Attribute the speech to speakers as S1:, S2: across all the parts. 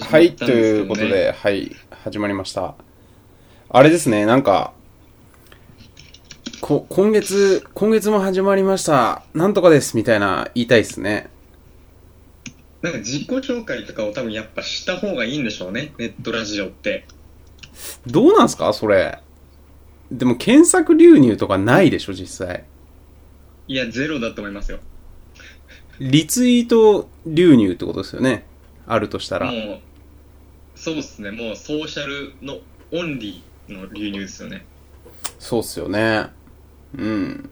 S1: はい、ということで、はい、始まりました。あれですね、なんか、こ、今月、今月も始まりました。なんとかです、みたいな言いたいですね。
S2: なんか自己紹介とかを多分やっぱした方がいいんでしょうね、ネットラジオって。
S1: どうなんすかそれ。でも検索流入とかないでしょ、実際。
S2: いや、ゼロだと思いますよ。
S1: リツイート流入ってことですよね。あるとしたら。
S2: もう、そうっすね。もうソーシャルのオンリーの流入ですよね。
S1: そうっすよね。うん。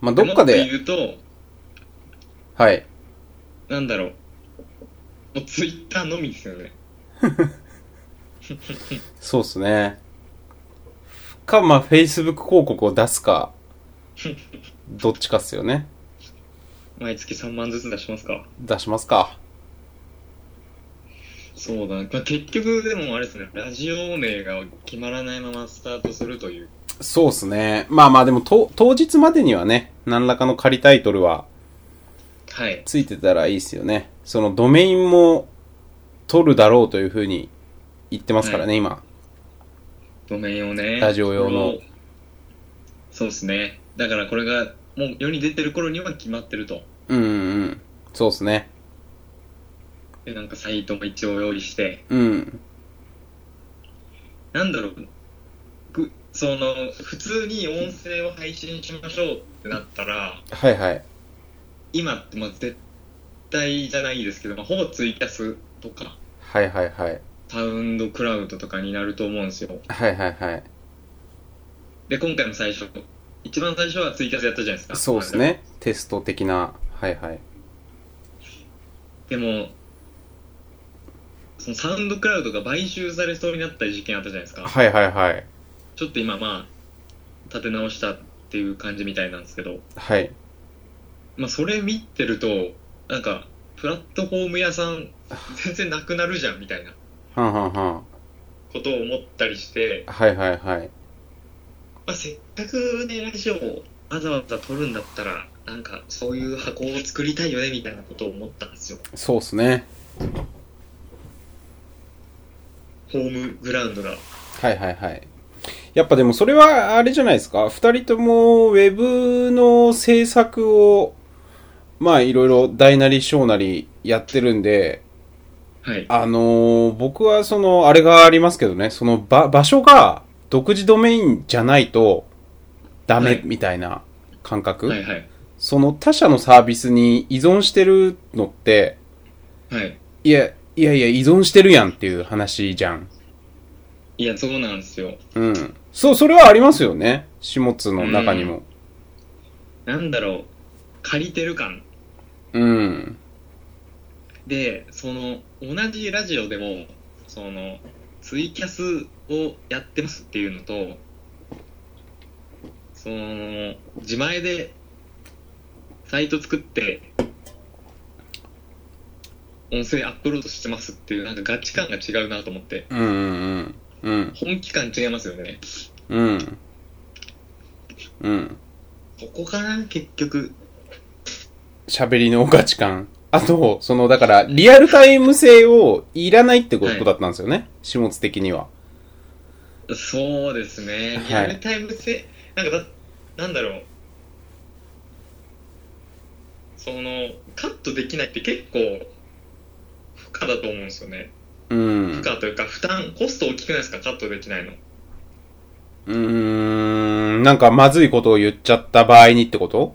S1: まあ、どっかで。
S2: で言うと、
S1: はい。
S2: なんだろう。もうツイッターのみですよね。
S1: そうっすね。か、まあ、Facebook 広告を出すか、どっちかっすよね。
S2: 毎月3万ずつ出しますか。
S1: 出しますか。
S2: そうだ、ね、まあ、結局でもあれですね、ラジオ名が決まらないままスタートするという。
S1: そうですね。まあまあでもと、当日までにはね、何らかの仮タイトルは、
S2: はい。
S1: ついてたらいいですよね。そのドメインも取るだろうというふうに言ってますからね、はい、今。
S2: ドメインをね。
S1: ラジオ用の。
S2: そうですね。だからこれが、もう世に出てる頃には決まってると。
S1: うんうんうん。そうですね。
S2: で、なんかサイトも一応用意して。
S1: うん。
S2: なんだろう。くその、普通に音声を配信しましょうってなったら。
S1: はいはい。
S2: 今って、まあ、絶対じゃないですけど、まあ、ほぼツイキャスとか。
S1: はいはいはい。
S2: サウンドクラウドとかになると思うんですよ。
S1: はいはいはい。
S2: で、今回も最初、一番最初はツイキャスやったじゃないですか。
S1: そうですね。テスト的な。はいはい。
S2: でも、そのサウンドクラウドが買収されそうになった事件あったじゃないですか。
S1: はいはいはい。
S2: ちょっと今まあ、立て直したっていう感じみたいなんですけど。
S1: はい。
S2: まあそれ見てると、なんか、プラットフォーム屋さん、全然なくなるじゃんみたいな。
S1: はんはんはん。
S2: ことを思ったりして。
S1: はいはいはい。
S2: まあせっかくね、ラジオをわざわざ撮るんだったら、なんかそういう箱を作りたいよねみたいなことを思ったんですよ。
S1: そうっすね。
S2: ホームグラウンドが。
S1: はいはいはい。やっぱでもそれはあれじゃないですか。二人ともウェブの制作を、まあいろいろ大なり小なりやってるんで、
S2: はい。
S1: あのー、僕はその、あれがありますけどね、その場場所が独自ドメインじゃないとダメみたいな感覚、
S2: はい、はいはい
S1: その他社のサービスに依存してるのって、
S2: はい。
S1: いや、いやいや、依存してるやんっていう話じゃん。
S2: いや、そうなんですよ。
S1: うん。そう、それはありますよね。始末の中にも。
S2: うん、なんだろう、借りてる感。
S1: うん。
S2: で、その、同じラジオでも、その、ツイキャスをやってますっていうのと、その、自前でサイト作って、音声アップロードしてますっていうなんかガチ感が違うなと思って
S1: うんうんうん、
S2: 本気感違いますよね
S1: うんうん
S2: ここかな結局
S1: 喋りのガチ感あとそのだからリアルタイム性をいらないってことだったんですよね、はい、始末的には
S2: そうですねリアルタイム性、はい、なんかだなんだろうそのカットできないって結構荷だと思うんですよね。
S1: うん。
S2: 負荷というか、負担、コスト大きくないですか、カットできないの。
S1: うーん、なんかまずいことを言っちゃった場合にってこと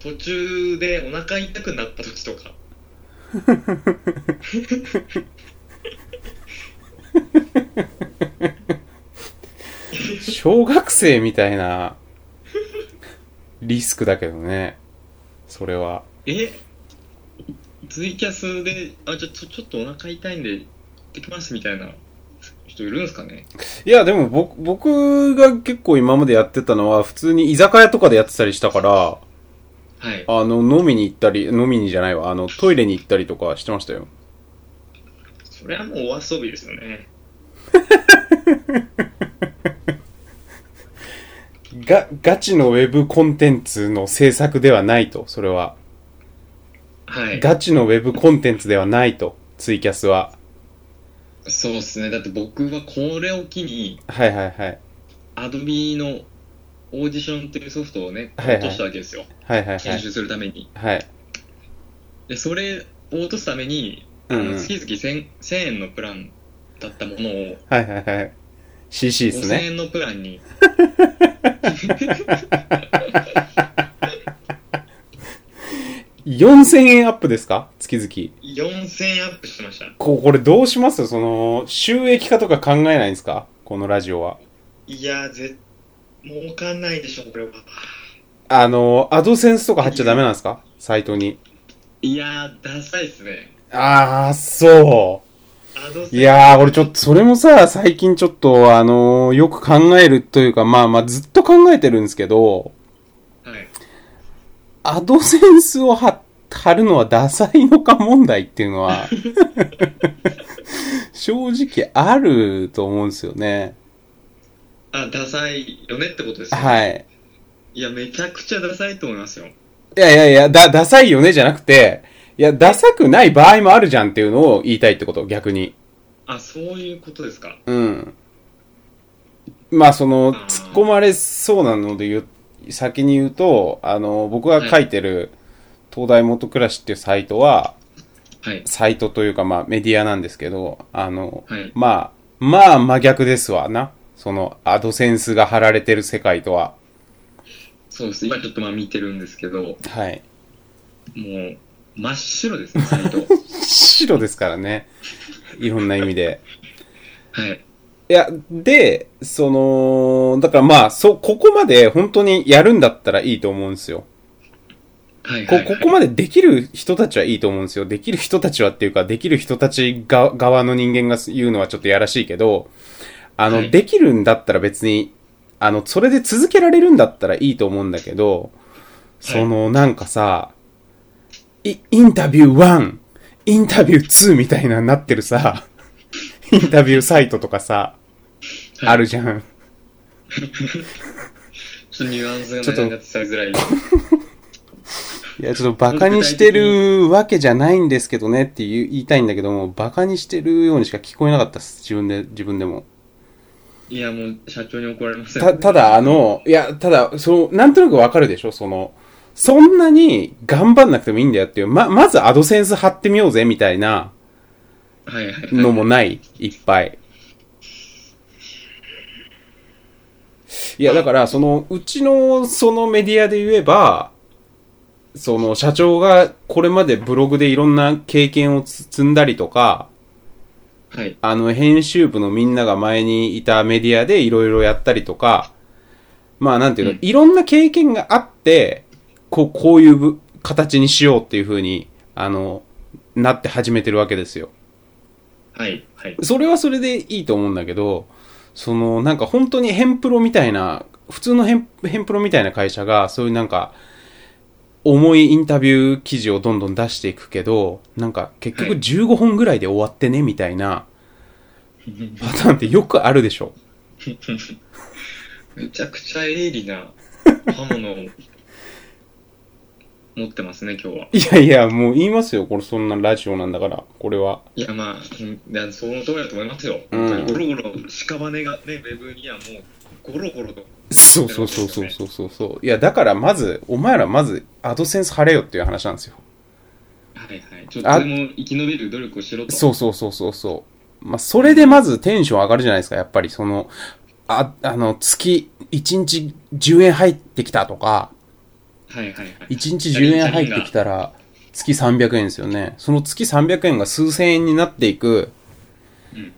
S2: 途中でお腹痛くなった時とか。
S1: 小学生みたいなリスクだけどね、それは。
S2: えツイキャスで、あ、じゃちょ、ちょっとお腹痛いんで、行ってきますみたいな人いるんですかね。
S1: いや、でも僕、僕が結構今までやってたのは、普通に居酒屋とかでやってたりしたから、はいあの、飲みに行ったり、飲みにじゃないわ、あの、トイレに行ったりとかしてましたよ。
S2: それはもうお遊びですよね。
S1: が、ガチのウェブコンテンツの制作ではないと、それは。
S2: はい、
S1: ガチのウェブコンテンツではないと、ツイキャスは。
S2: そうですね。だって僕はこれを機に、
S1: はいはいはい。
S2: アドビのオーディションというソフトをね、
S1: はいはい
S2: 落としたわけですよ。
S1: はいはいは
S2: 研
S1: い。
S2: 修するために。
S1: はい。
S2: で、それを落とすために、
S1: うん
S2: あ
S1: う
S2: の
S1: ん。
S2: 月々 1000, 1000円のプランだったものを、
S1: はいはいはい。CC です
S2: 5000
S1: ね。
S2: 円のプランに、
S1: 4000円アップですか月々。
S2: 4000円アップしました。
S1: ここれどうしますその、収益化とか考えないんですかこのラジオは。
S2: いや、絶、儲かんないでしょ、これは。
S1: あの、アドセンスとか貼っちゃダメなんですかサイトに。
S2: いやー、ダサいっすね。
S1: あー、そう。
S2: あの、
S1: いやー、俺ちょっと、それもさ、最近ちょっと、あのーよく考えるというか、まあまあ、ずっと考えてるんですけど、
S2: はい。
S1: アドセンスを貼貼るのはダサいのか問題っていうの は、正直あると思うんですよね。
S2: あ、ダサいよねってことですよ。い。
S1: はい。
S2: いや、めちゃくちゃダサいと思いますよ。
S1: いやいやいや、だ、ダサいよねじゃなくて、いや、ダサくない場合もあるじゃんっていうのを言いたいってこと、逆に。
S2: あ、そういうことですか。
S1: うん。まあ、その、
S2: ん
S1: 突っ込まれそうなので言う、先に言うと、あの、僕が書いてる、東大元暮らしっていうサイトは、
S2: はい。
S1: サイトというか、まあ、メディアなんですけど、あの、
S2: はい。
S1: まあ、まあ、真逆ですわな。その、アドセンスが貼られてる世界とは。
S2: そうです。今ちょっとまあ見てるんですけど、も
S1: はい。
S2: う、真っ白です ね、サイト。
S1: 白ですからね。いろんな意味で。
S2: はい。
S1: いや、で、その、だからまあ、そう、ここまで本当にやるんだったらいいと思うんですよ。
S2: はい。
S1: こ、
S2: はい
S1: ここまでできる人たちはいいと思うんですよ。できる人たちはっていうか、できる人たちが、側の人間が言うのはちょっとやらしいけど、あの、
S2: はい
S1: できるんだったら別に、あの、それで続けられるんだったらいいと思うんだけど、その、なんかさ、イインタビュー1、インタビュー2みたいなになってるさ、 インタビューサイトとかさ、
S2: はい
S1: あるじゃん。
S2: ちょっとニュアンスが
S1: ちょ
S2: な
S1: っと
S2: かなか伝えづらい。
S1: いや、ちょっとバカにしてるわけじゃないんですけどねって言う言いたいんだけども、バカにしてるようにしか聞こえなかったっす。自分で、自分でも。
S2: いや、もう、社長に怒られません。
S1: た、ただ、あの、いや、ただ、その、なんとなくわかるでしょその、そんなに頑張んなくてもいいんだよっていう、ま、まずアドセンス貼ってみようぜみたいな
S2: はいはいはい。
S1: のもない。いっぱい。いや、だから、その、うちの、そのメディアで言えば、その、社長がこれまでブログでいろんな経験をつ積んだりとか、
S2: はい。
S1: あの、編集部のみんなが前にいたメディアでいろいろやったりとか、まあ、なんていうの、
S2: うん
S1: いろんな経験があって、こう、こういうぶ形にしようっていうふうに、あの、なって始めてるわけですよ。
S2: はい。はい。
S1: それはそれでいいと思うんだけど、その、なんか本当にヘンプロみたいな、普通のヘンヘンプロみたいな会社が、そういうなんか、重いインタビュー記事をどんどん出していくけど、なんか結局
S2: はい
S1: 15本ぐらいで終わってね、みたい なパターンってよくあるでしょ。
S2: めちゃくちゃ鋭利 な刃物を持ってますね、今日は。
S1: いやいや、もう言いますよ。これそんなラジオなんだから、これは。
S2: いや、まあ、うんいやその通りだと思いますよ。
S1: うん
S2: ゴロゴロ、屍がね、ウェブにはもう、ゴロゴロと。
S1: そうそうそうそうそうそうそう。いや、だからまず、お前らまず、アドセンス貼れよっていう話なんですよ。
S2: はいはい。ちょっとでも生き延びる努力をしろと。
S1: そうそうそうそうそう。まあ、それでまずテンション上がるじゃないですか、やっぱり。その、あ、あの、月1日10円入ってきたとか、
S2: はいはいはい。
S1: 1日10円入ってきたら、月300円ですよね。その月300円が数千円になっていく、
S2: うん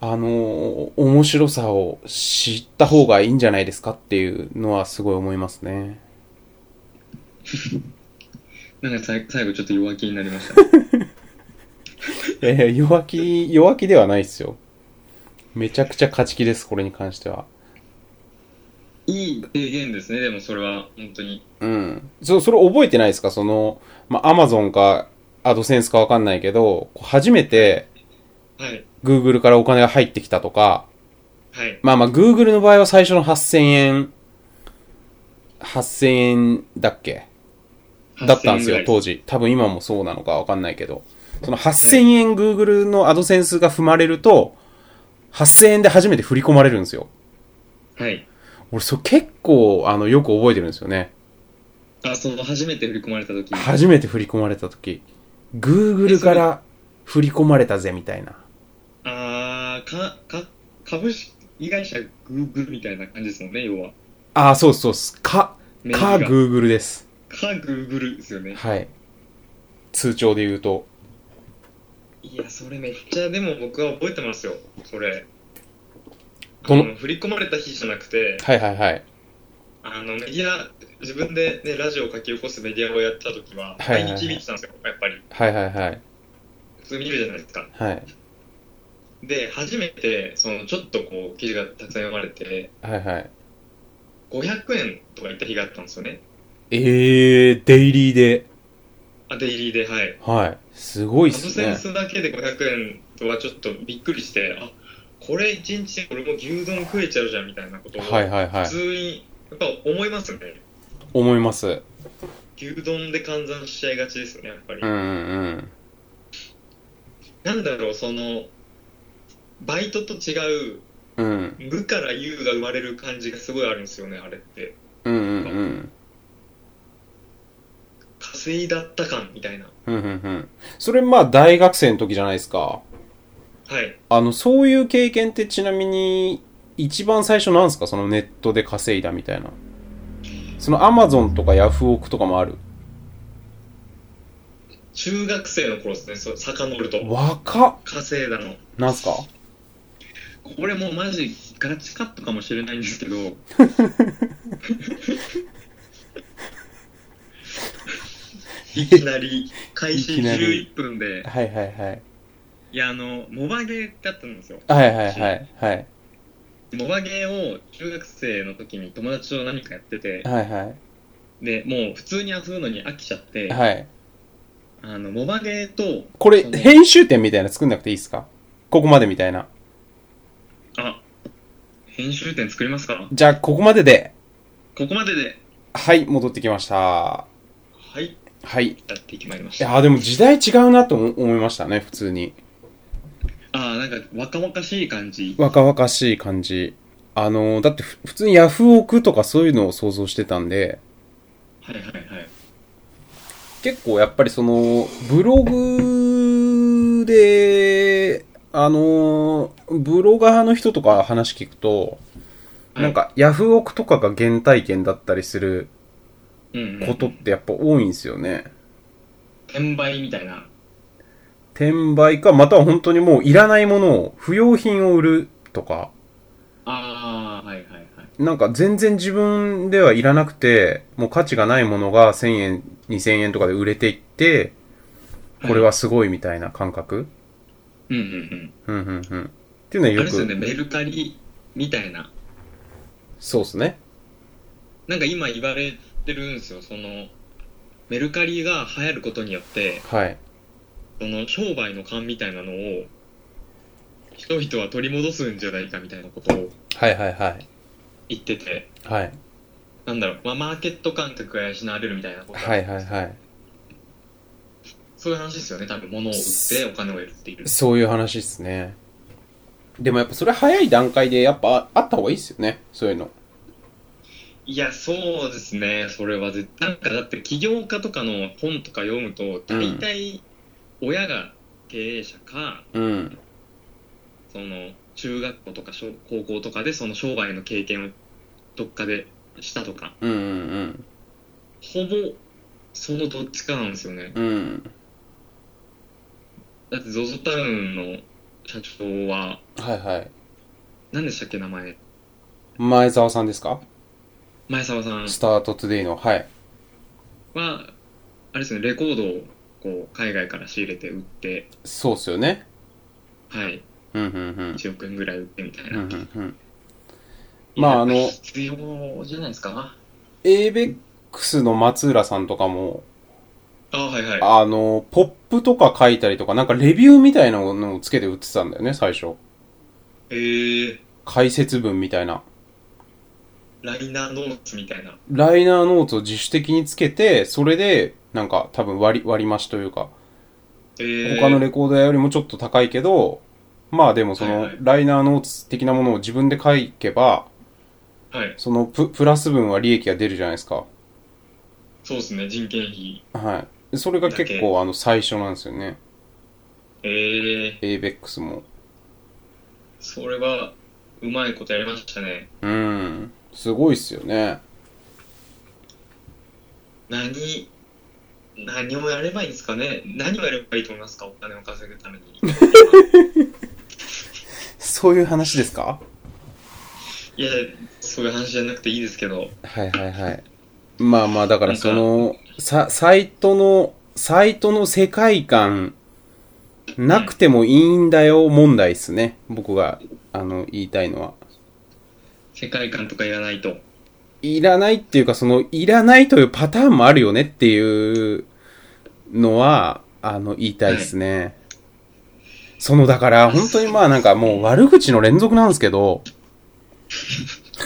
S1: あのー、面白さを知った方がいいんじゃないですかっていうのはすごい思いますね。
S2: なんかさい最後ちょっと弱気になりました。
S1: いやいや、弱気、弱気ではないですよ。めちゃくちゃ勝ち気です、これに関しては。
S2: いい提言ですね、でもそれは、本当に。
S1: うん。そ、それ覚えてないですかその、まあ、アマゾンか、アドセンスかわかんないけど、こう初めて、
S2: はい。
S1: Google からお金が入ってきたとか、
S2: はい。
S1: まあまあ、Google の場合は最初の8000円、8000円だっけだったんですよ、
S2: 8000円ぐらい
S1: 当時。多分今もそうなのかわかんないけど。その8000円 Google のアドセンスが踏まれると、8000円で初めて振り込まれるんですよ。
S2: はい。
S1: 俺、それ結構、あの、よく覚えてるんですよね。
S2: あ、その初めて振り込まれた時
S1: 初めて振り込まれた時、Google から振り込まれたぜ、みたいな。
S2: あー、か、か、株式会社 Google みたいな感じですもんね、要は。
S1: ああ、そうですそうです。か、か、
S2: グ
S1: Google です。
S2: か Google ですよね。
S1: はい。通帳で言うと。
S2: いや、それめっちゃ、でも僕は覚えてますよ、それ。
S1: どの
S2: あの振り込まれた日じゃなくて、
S1: はいはいはい。
S2: あの、メディア、自分でね、ラジオを書き起こすメディアをやった時は、
S1: はいはいはい
S2: 毎日見てたんですよ、やっぱり。
S1: はいはいはい。
S2: 普通見るじゃないですか。
S1: はい。
S2: で、初めて、その、ちょっとこう、記事がたくさん読まれて、
S1: はいはい。
S2: 500円とか言った日があったんですよね。
S1: えー、デイリーで。
S2: あ、デイリーで、はい。
S1: はい。すごい
S2: ア
S1: っ
S2: ド
S1: す
S2: セン
S1: ね。
S2: スだけで500円とはちょっとびっくりして、あ、これ一日で俺も牛丼食えちゃうじゃんみたいなことを、
S1: はいはい
S2: 普
S1: はい。
S2: 通に、やっぱ思いますよね。
S1: 思います。
S2: 牛丼で換算しちゃいがちですね、やっぱり。
S1: うんうん
S2: なんだろう、その、バイトと違う、
S1: うん。うん。
S2: 無から有が生まれる感じがすごいあるんですよね、あれって。
S1: うんうんうん。
S2: 稼いだった感みたいな。
S1: うんうんうん。それまあ大学生の時じゃないですか。
S2: はい。
S1: あの、そういう経験ってちなみに、一番最初なんですかそのネットで稼いだみたいな。そのアマゾンとかヤフオクとかもある。
S2: 中学生の頃ですね、そう遡ると。
S1: 若っ
S2: 稼いだの。
S1: なんすか
S2: これもうマジガチカットかもしれないんです けど。いきなり開始
S1: いきなり
S2: 11分で、
S1: はいはいはい。
S2: いや、あの、モバゲーだったんですよ。
S1: はいはいはい。はい。
S2: モバゲーを中学生の時に友達と何かやってて、
S1: はいは
S2: で、もう普通に遊ぶのに飽きちゃって、
S1: い。はい。
S2: あの、モバゲーと、
S1: これ
S2: そ、の
S1: 編集点みたいなの作んなくていいですかここまでみたいな。
S2: あ、編集点作りますか
S1: じゃあ、ここまでで。
S2: ここまでで、
S1: はい、戻ってきました。
S2: はい、
S1: はい。い
S2: やっていきまいりました。
S1: やー、でも時代違うなと思思いましたね、普通に。
S2: あー、なんか若々しい感じ。
S1: 若々しい感じ。あのー、だってふ普通にヤフオクとかそういうのを想像してたんで、
S2: はいはいはい。
S1: 結構やっぱりその、ブログで、あのー、ブロガーの人とか話聞くと、なんかヤフオクとかが原体験だったりする
S2: うんうん、
S1: ことってやっぱ多いんですよね。
S2: 転売みたいな。
S1: 転売か、または本当にもういらないものを、不要品を売るとか、
S2: ああ、はいはいはい。
S1: なんか全然自分ではいらなくて、もう価値がないものが1000円、2000円とかで売れていって、これはすごいみたいな感覚、
S2: うんうんうん。
S1: うんうんうん。っていうのは
S2: あれ
S1: よ
S2: ですよね、
S1: く、
S2: メルカリみたいな。
S1: そうですね。
S2: なんか今言われてるんですよ、その、メルカリが流行ることによって、
S1: はい。
S2: その商売の勘みたいなのを、人々は取り戻すんじゃないかみたいなことを
S1: はいはいはい。
S2: 言ってて、
S1: はい。
S2: なんだろう、まあ、マーケット感覚が養われるみたいなこと、
S1: はいはいはい。
S2: そういう話ですよね、多分物を売ってお金を得るっていう。
S1: そういう話ですね。でもやっぱそれ早い段階でやっぱあった方がいいですよね。そういうの。
S2: いや、そうですね、それは絶対、なんかだって起業家とかの本とか読むと、大体、親が経営者か、
S1: うん。
S2: その中学校とか小高校とかでその商売の経験をどっかでしたとか
S1: うんうん
S2: ほぼそのどっちかなんですよね
S1: うん。うん。
S2: だって ZOZO タウンの社長は
S1: はいはい。
S2: 何でしたっけ名前
S1: 前澤さんですか
S2: 前澤さん
S1: スタートトゥデイの。はい。
S2: はあれですねレコードをこう海外から仕入れて売って
S1: そうっすよね。
S2: はい
S1: うんうんうん。
S2: 1億円ぐらい売ってみたい
S1: うんう
S2: な、
S1: んうん。まああの
S2: 必要じゃないですか
S1: ABEX の松浦さんとかも、
S2: あはいはいあ
S1: あの、ポップとか書いたりとか、なんかレビューみたいなのをつけて売ってたんだよね、最初。
S2: えー、
S1: 解説文みたいな。
S2: ライナーノーツみたいな
S1: ライナーノーツを自主的につけて、それで、なんか多分割り、割り増しというか、
S2: えー、
S1: 他のレコーダーよりもちょっと高いけど、まあでもそ
S2: はい
S1: の
S2: はい
S1: ライナーノーツ的なものを自分で書けば、
S2: はい、
S1: そのププラス分は利益が出るじゃないですか。
S2: そうですね、人件費。
S1: はい。それが結構あの最初なんですよね。
S2: ええ
S1: ABEX も。
S2: それは、うまいことやりましたね。
S1: うん。すごいっすよね。
S2: 何、何をやればいいんですかね何をやればいいと思いますかお金を稼ぐために。
S1: そういう話ですか
S2: いや、そういう話じゃなくていいですけど。
S1: はいはいはい。まあまあ、だか
S2: な
S1: ら
S2: んか
S1: その、さ、サイトの、サイトの世界観、なくてもいいんだよ問題っすね。僕が、あの、言いたいのは。
S2: 世界観とかいらないと。
S1: いらないっていうか、その、いらないというパターンもあるよねっていうのは、あの、言いたいですね。その、だから、本当にまあなんかもう悪口の連続なんですけど、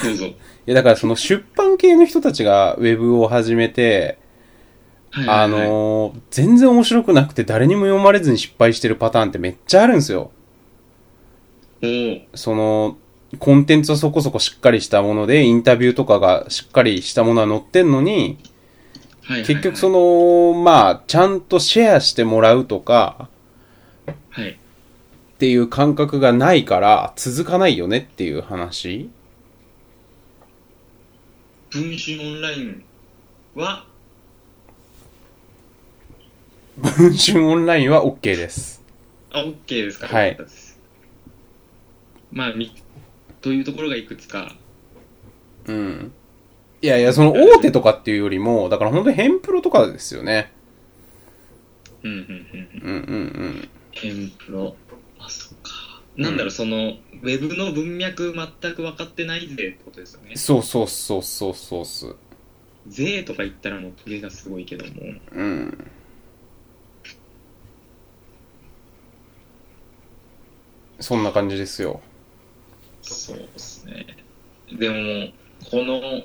S2: どうぞ。
S1: いやだからその出版系の人たちがウェブを始めて、
S2: はいはいはい
S1: あのー全然面白くなくて誰にも読まれずに失敗してるパターンってめっちゃあるんですよ。
S2: おー
S1: その、コンテンツはそこそこしっかりしたもので、インタビューとかがしっかりしたものは載ってんのに、
S2: はいはいはい
S1: 結局そ、の、まあ、ちゃんとシェアしてもらうとか
S2: はい。
S1: っていう感覚がないから続かないよねっていう話。
S2: 文春オンラインは、
S1: 文春オンラインは OK です。
S2: あ、OK ですか
S1: はい
S2: よかったですまあ、み、というところがいくつか。
S1: うん。いやいや、その大手とかっていうよりも、だから本当にヘンプロとかですよね。
S2: うんうんうんうん。
S1: うんうんうん。
S2: テンプロ。あ、そっか。なんだろう、その、ウェブの文脈全く分かってないぜってことですよね。
S1: そうそうそうそうそうっす。
S2: 税とか言ったらもうトゲがすごいけども。
S1: うん。そんな感じですよ。
S2: そうですね。でももう、この、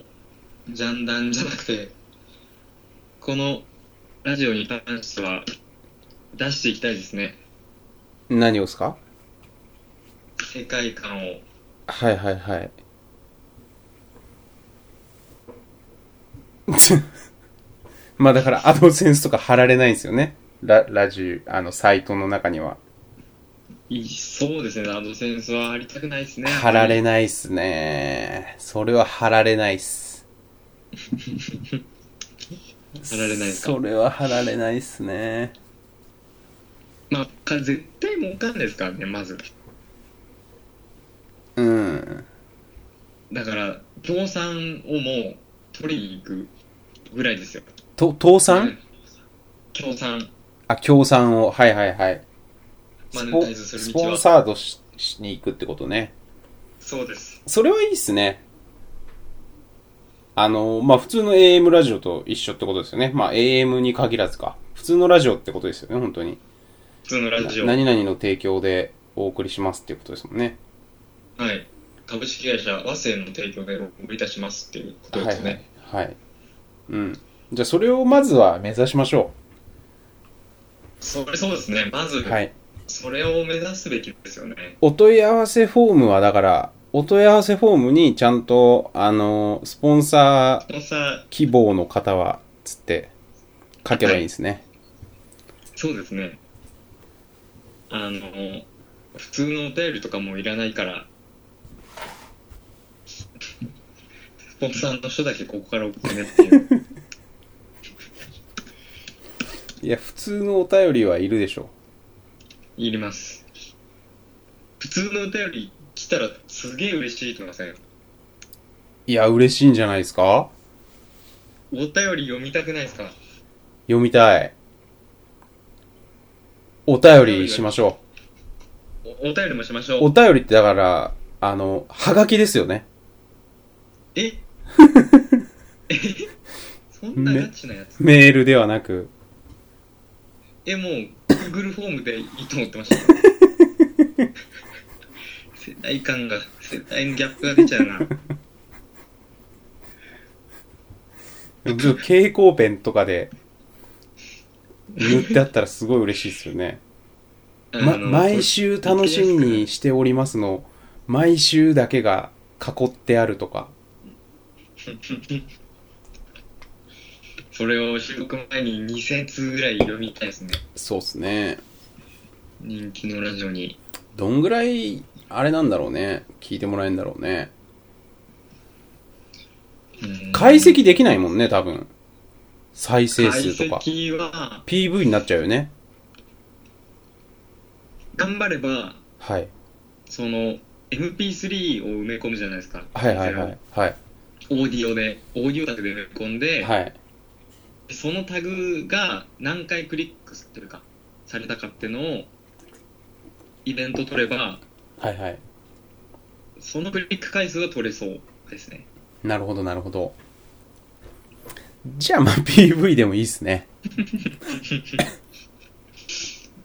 S2: ジャンダンじゃなくて、このラジオに関しては、出していきたいですね。
S1: 何をっすか
S2: 世界観を。
S1: はいはいはい。 まあだから、アドセンスとか貼られないんですよね。ラ、ラジオ、あの、サイトの中には。
S2: いいそうですね、アドセンスはありたくないですね。
S1: 貼られないっすね。それは貼られないっす。
S2: 貼られないですか
S1: それは貼られないっすね。
S2: まあ、か絶対儲かんないですからね、まず。
S1: うん。
S2: だから、協賛をもう取りに行くぐらいですよ。
S1: と、倒産
S2: 協賛、
S1: あ、協賛を。はいはいはい。
S2: マ
S1: ス
S2: ネ
S1: ポ
S2: タイズす
S1: ス
S2: る道
S1: ポ
S2: は。
S1: ンサードししに行くってことね。
S2: そうです。
S1: それはいいっすね。あの、まあ、普通の AM ラジオと一緒ってことですよね。まあ、AM に限らずか。普通のラジオってことですよね、本当に。
S2: 普通のラジオ。
S1: 何々の提供でお送りしますっていうことですもんね。
S2: はい。株式会社和製の提供でお送りいたしますっていうことですね。
S1: はい、はい。はい。うん。じゃあ、それをまずは目指しましょ
S2: それそうですね。まず
S1: う。、はい。
S2: それを目指すべきですよね。
S1: お問い合わせフォームは、だから、お問い合わせフォームにちゃんと、あの、スポンサー
S2: スポンサー、
S1: 希望の方は、つって、書けばいいんですね。
S2: そうですね。あの、普通のお便りとかもいらないから、スポンサーの人だけここから送ってねっていう。
S1: いや、普通のお便りはいるでしょう。
S2: いります。普通のお便り来たらすげえ嬉しいと思いません
S1: いや、嬉しいんじゃないですか
S2: お便り読みたくないですか
S1: 読みたい。お便りしましょ
S2: おお便りもしまし
S1: う。お
S2: ょう。
S1: 便りってだから、あの、はがきですよね。
S2: え えそんなガチなやつ、
S1: メールではなく。
S2: え、もう Google フォームでいいと思ってました。世代感が、世代のギャップが出ちゃう な。
S1: ちょっと蛍光ペンとかで塗ってあったらすごい嬉しいですよね。ま、毎週楽しみにしておりますの、毎週だけが囲ってあるとか。
S2: それを収録前に2節ぐらい読みたいですね
S1: そうっすね。
S2: 人気のラジオに
S1: どんぐらい、あれなんだろうね。聞いてもらえるんだろうね。
S2: うん
S1: 解析できないもんね、多分。再生数とか。
S2: 解析は
S1: PV になっちゃうよね。
S2: 頑張れば
S1: はい。
S2: その MP3 を埋め込むじゃないですか
S1: はいはいはい。はい。
S2: オーディオでオーディオタグで埋め込んで、
S1: はい。
S2: そのタグが何回クリックというかされたかっていうのをイベント取れば
S1: はいはい。
S2: そのクリック回数は取れそうですね
S1: なるほどなるほど。じゃあまあ PV でもいいっすね。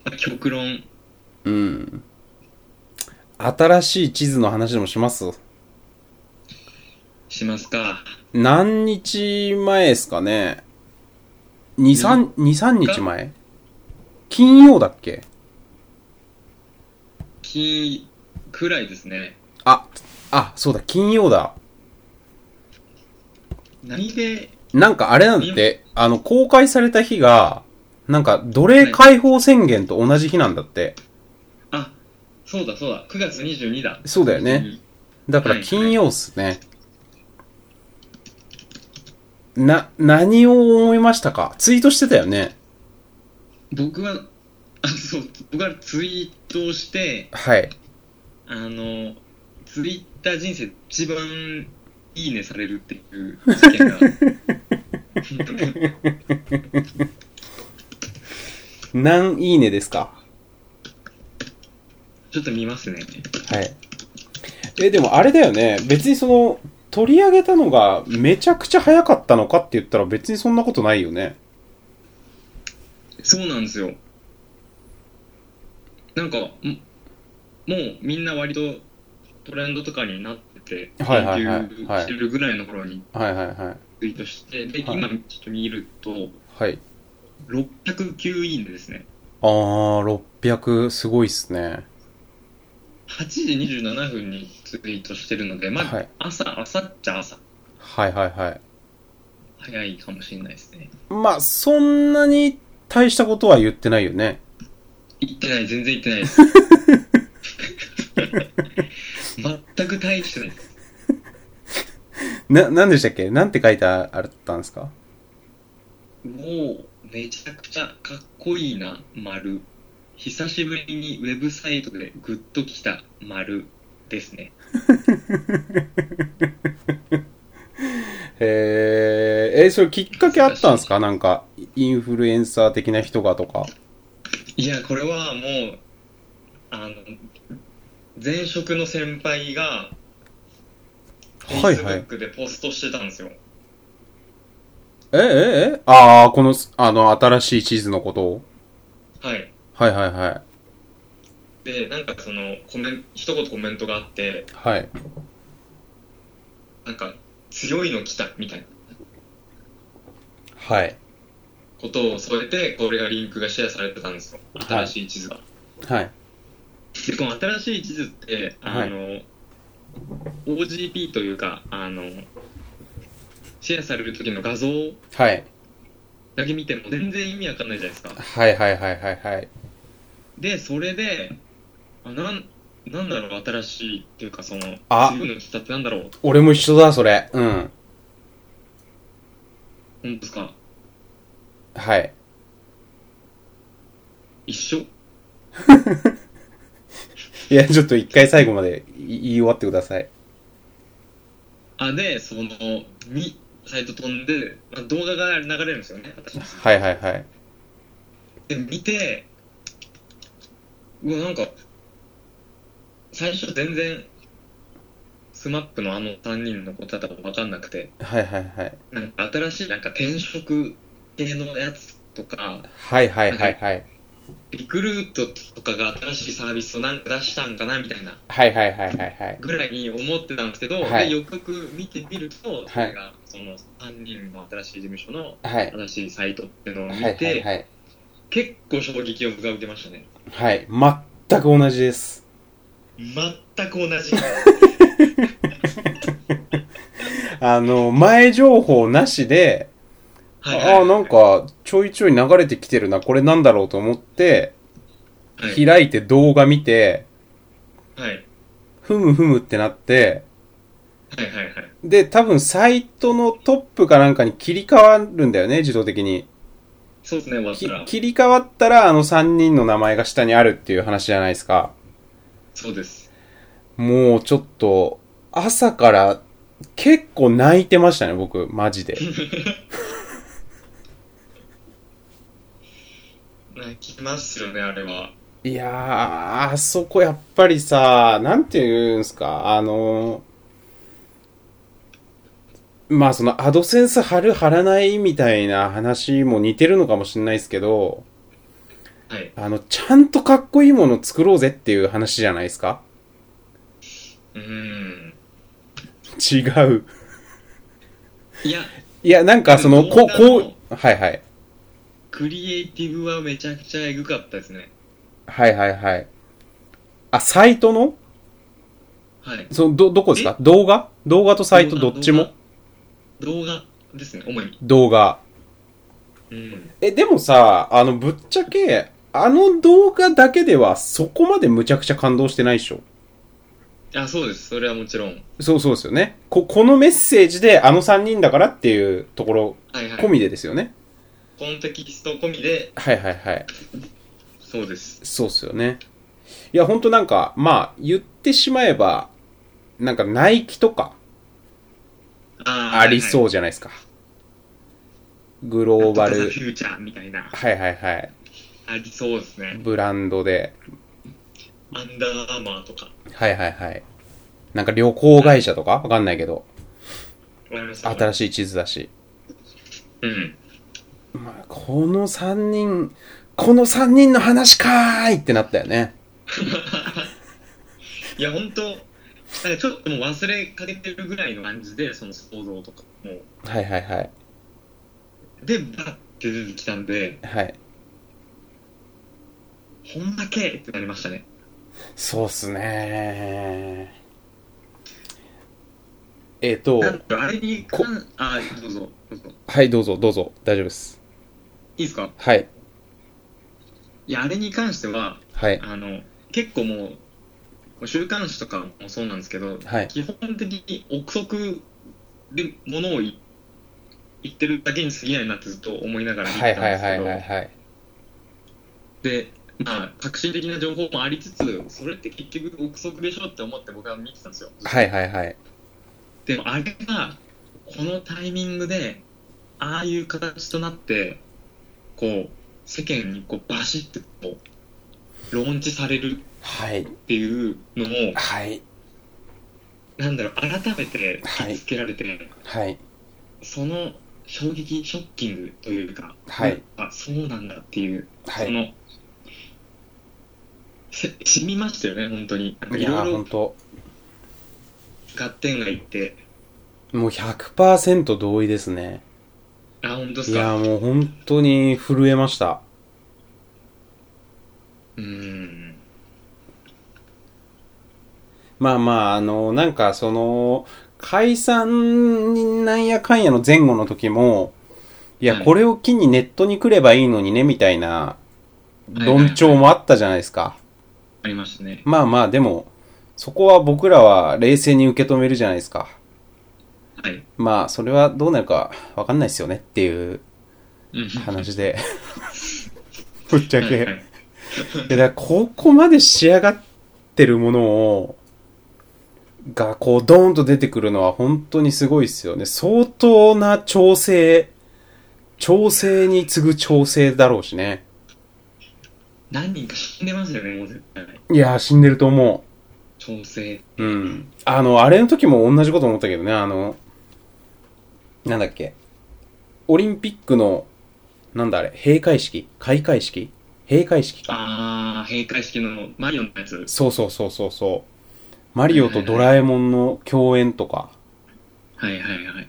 S2: まあ極論
S1: うん。新しい地図の話でもします
S2: しますか
S1: 何日前ですかね ?2、3、2、3日前金曜だっけ
S2: きくらいですね
S1: あ、あ、そうだ、金曜だ。
S2: 何で
S1: なんかあれなんだって、あの、公開された日が、なんか奴隷解放宣言と同じ日なんだって。
S2: あそうだそうだ9月22だ
S1: そうだよね。だから金曜っすね。な、何を思いましたかツイートしてたよね。
S2: 僕はあそう僕はツイートをして
S1: はい。
S2: あのツイッター人生一番いいねされるっていう事件 が
S1: 何いいねですか
S2: ちょっと見ますね
S1: はい。え、でもあれだよね。別にその、取り上げたのがめちゃくちゃ早かったのかって言ったら別にそんなことないよね。
S2: そうなんですよなんかんもうみんな割とトレンドとかになってて
S1: はいはいはい
S2: 研究してるぐらいの頃に
S1: はいはいはい。
S2: ツイートして、で、
S1: はい
S2: 今ちょっと見ると、
S1: はい。
S2: 609いいねですね。
S1: あー、600、すごいっすね。
S2: 8時27分にツイートしてるので、ま
S1: は
S2: あ
S1: い、
S2: 朝、朝っちゃ朝、
S1: はいはいはい。
S2: 早いかもしれないですね。
S1: まあ、そんなに大したことは言ってないよね。
S2: 行ってない、全然行ってない です。全く大してないです。
S1: な、なんでしたっけなんて書いてあったんですか
S2: もう、めちゃくちゃかっこいいな、丸。久しぶりにウェブサイトでグッときた、丸ですね。
S1: えー、えーそれきっかけあったんですかなんか、インフルエンサー的な人がとか。
S2: いや、これはもう、あの、前職の先輩が、
S1: はいはい
S2: Facebook でポストしてたんですよ。
S1: ええええああ、この、あの、新しい地図のことを。
S2: はい。
S1: はいはいはい。
S2: で、なんかその、コメン一言コメントがあって、
S1: はい。
S2: なんか、強いの来た、みたいな
S1: はい。
S2: ことを添えて、これがリンクがシェアされてたんですよ。
S1: い
S2: 新しい地図が。
S1: はい。
S2: で、この新しい地図って、あの、OGP というか、あの、シェアされる時の画像
S1: はい。
S2: だけ見ても全然意味わかんないじゃないですか。
S1: はいはいはいはいはい。
S2: で、それで、あなんなんだろう、新しいっていうか、その、
S1: あ
S2: 強いの来たってなんだろう、
S1: 俺も一緒だ、それ。うん。
S2: 本当ですか、
S1: はい。
S2: 一緒
S1: いや、ちょっと一回最後まで言い言い終わってください。
S2: あ、で、その、に、サイト飛んで、まあ、動画が流れるんですよね、私
S1: はいはいはい。
S2: で、見て、うわ、なんか、最初全然、スマップのあの3人のことだと分かんなくて、
S1: はいはいはい。
S2: なんか新しい、なんか転職系のやつとか、
S1: はいはいはいはい。
S2: リクルートとかが新しいサービスをなんか出したんかなみたいな
S1: はいはいはいはいはい。
S2: ぐらいに思ってたんですけど、
S1: はい
S2: でよくよく見てみると、それがその3人の新しい事務所の
S1: はい。
S2: 新しいサイトっていうのを見
S1: は
S2: て、
S1: いはいはい。
S2: 結構衝撃を僕は受けましたね。
S1: はい。全く同じです。
S2: 全く同じ。
S1: あの、前情報なしで、
S2: はい
S1: ああ、なん、か、ちょいちょい流れてきてるな、これなんだろうと思って、
S2: はい、
S1: 開いて動画見て、
S2: はい、はい、
S1: ふむふむってなって、
S2: はい、はいはい。
S1: で、多分サイトのトップかなんかに切り替わるんだよね、自動的に。
S2: そうですね、終わっ
S1: き
S2: たら。
S1: 切り替わったら、あの3人の名前が下にあるっていう話じゃないですか。
S2: そうです。
S1: もうちょっと、朝から結構泣いてましたね、僕、マジで。
S2: 泣きますよね、あれは。
S1: いやー、あそこやっぱりさ、なんていうんすか、あのー、まあそのアドセンス貼る貼らないみたいな話も似てるのかもしれないですけど、
S2: はい。
S1: あの、ちゃんとかっこいいもの作ろうぜっていう話じゃないですか
S2: うーん。
S1: 違う。
S2: いや、
S1: いや、なんかその、こう、こ
S2: 動
S1: う、はいはい。
S2: クリエイティブはめちゃくちゃエグかったですね。
S1: はいはいはい。あ、サイトの
S2: はい。
S1: その、ど、どこですか動画動画とサイトどっちも
S2: 動画動画ですね、主に。
S1: 動画。
S2: うん。
S1: え、でもさ、あの、ぶっちゃけ、あの動画だけではそこまでむちゃくちゃ感動してないでしょ
S2: あ、そうです。それはもちろん。
S1: そうそうですよね。こ、このメッセージであの3人だからっていうところ
S2: はいはい。
S1: 込みでですよね。
S2: コンテキスト込みで、
S1: はいはいはい。
S2: そうです。
S1: そうっすよね。いや、ほんとなんか、まあ、言ってしまえば、なんか、ナイキとか、
S2: あー
S1: あり
S2: は
S1: そうじゃないですか。グロ
S2: いはい
S1: ーバ
S2: なん
S1: ル
S2: とかザ。フューチャーみたいな。
S1: はいはいはい。
S2: ありそうですね。
S1: ブランドで。
S2: アンダーアーマーとか。
S1: はいはいはい。なんか旅行会社とかわかんないけど。
S2: わかりました。
S1: 新
S2: し
S1: しい地図だし。
S2: い。うん。
S1: まあ、この三人、この三人の話かーいってなったよね。
S2: いや、本当なんかちょっともう忘れかけてるぐらいの感じで、その想像とかも。
S1: はいはいはい。
S2: で、バッて出てきたんで、
S1: はい。
S2: ほんだけってなりましたね。
S1: そうっすねー。えっ、と、
S2: なんかあれに
S1: こ
S2: 関、あ、どうぞ、どうぞ。
S1: はい、どうぞ、どうぞ、大丈夫です。
S2: いいですか
S1: はい、
S2: いや、あれに関しては、
S1: はい、
S2: あの、結構もう、週刊誌とかもそうなんですけど、
S1: はい
S2: 基本的に憶測でものをい言ってるだけに過ぎないなってずっと思いながら見
S1: は
S2: て
S1: い、
S2: たん
S1: はい、
S2: です
S1: は
S2: け
S1: い、
S2: ど、
S1: はい、はい。
S2: で、まあ、革新的な情報もありつつ、それって結局憶測でしょって思って僕は見てたんですよ。
S1: はい、はい、はい。
S2: でも、あれが、このタイミングで、ああいう形となって、こう、世間にこうバシッてこう、ローンチされる
S1: はい、
S2: っていうのを、
S1: はい、
S2: なんだろう、改めて突きつけられて、
S1: はい、
S2: その衝撃、ショッキングというか、
S1: はい、
S2: あそうなんだっていう、
S1: は
S2: そ
S1: い。
S2: の、せ染みましたよね、本当に。なんか
S1: い
S2: い
S1: や
S2: ろい
S1: ー、ほ
S2: ろ
S1: んと、
S2: 合点がいって、
S1: もう100%同意ですね。
S2: あ、本当で
S1: い
S2: す
S1: や
S2: か。
S1: ー、もう本当に震えました。
S2: うーん。
S1: まあまあ、あの、なんかその、解散なんやかんやの前後の時も、いや、
S2: はい
S1: これを機にネットに来ればいいのにね、みたいな、
S2: はい
S1: 論調もあったじゃないですか。
S2: ありましたね。
S1: まあまあ、でも、そこは僕らは冷静に受け止めるじゃないですか。
S2: はい。
S1: まあ、それはどうなるかわかんないですよねっていう
S2: うん
S1: 話で。 ぶっちゃ
S2: はい
S1: け。
S2: はい
S1: いやだからここまで仕上がってるものを、がこうドーンと出てくるのは本当にすごいですよね。相当な調整、調整に次ぐ調整だろうしね。
S2: 何人か死んでますよね、もう絶対。
S1: いやー、死んでると思
S2: 調整。
S1: う。うん。あの、あれの時も同じこと思ったけどね、あの、なんだっけ。オリンピックの、なんだあれ、閉会式開会式閉会式か。
S2: あー、閉会式のマリオのやつ。
S1: そうそうそうそうそう。マリオとドラえもんの共演とか。
S2: はいはいはい。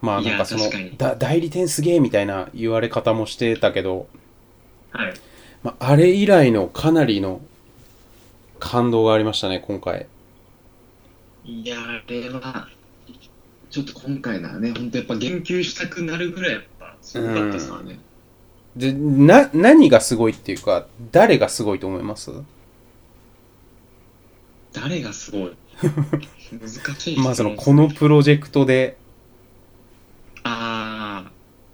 S1: まあ
S2: い
S1: な
S2: や
S1: んかその
S2: 確かに
S1: だ代理店すげえみたいな言われ方もしてたけど
S2: はい。
S1: まあ、あれ以来のかなりの感動がありましたね、今回。
S2: いや、あれは、ちょっと今回ならね、本当やっぱ言及したくなるぐらいやっぱ、すごかったですからね。
S1: で、な、何がすごいっていうか、誰がすごいと思います
S2: 誰がすごい難しい。
S1: まあ、その、この。プロジェクトで、
S2: ああ、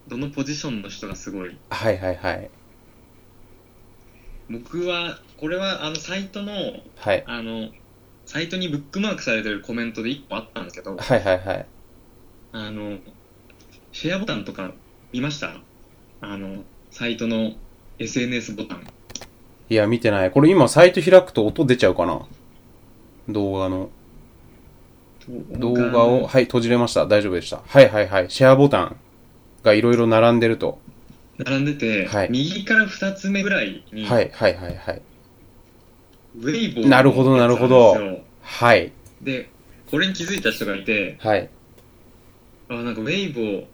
S2: どのポジションの人がすごい
S1: はいはいはい。
S2: 僕は、これはあのサイトの、
S1: はい。
S2: あの、サイトにブックマークされてるコメントで1個あったんですけど、
S1: はいはいはい。
S2: あの、シェアボタンとか見ましたあの、サイトの SNS ボタン。
S1: いや、見てない。これ今、サイト開くと音出ちゃうかな動画の。動画を、はい、閉じれました。大丈夫でした。はいはいはい。シェアボタンがいろいろ並んでると。
S2: 並んでて、
S1: はい
S2: 右から2つ目ぐらいに、
S1: はいはいはいはい。
S2: ウェイボー
S1: なるほどなるほど
S2: のやつなんですよ
S1: はい。
S2: で、これに気づいた人がいて、
S1: はい。
S2: あ、なんかウェイボー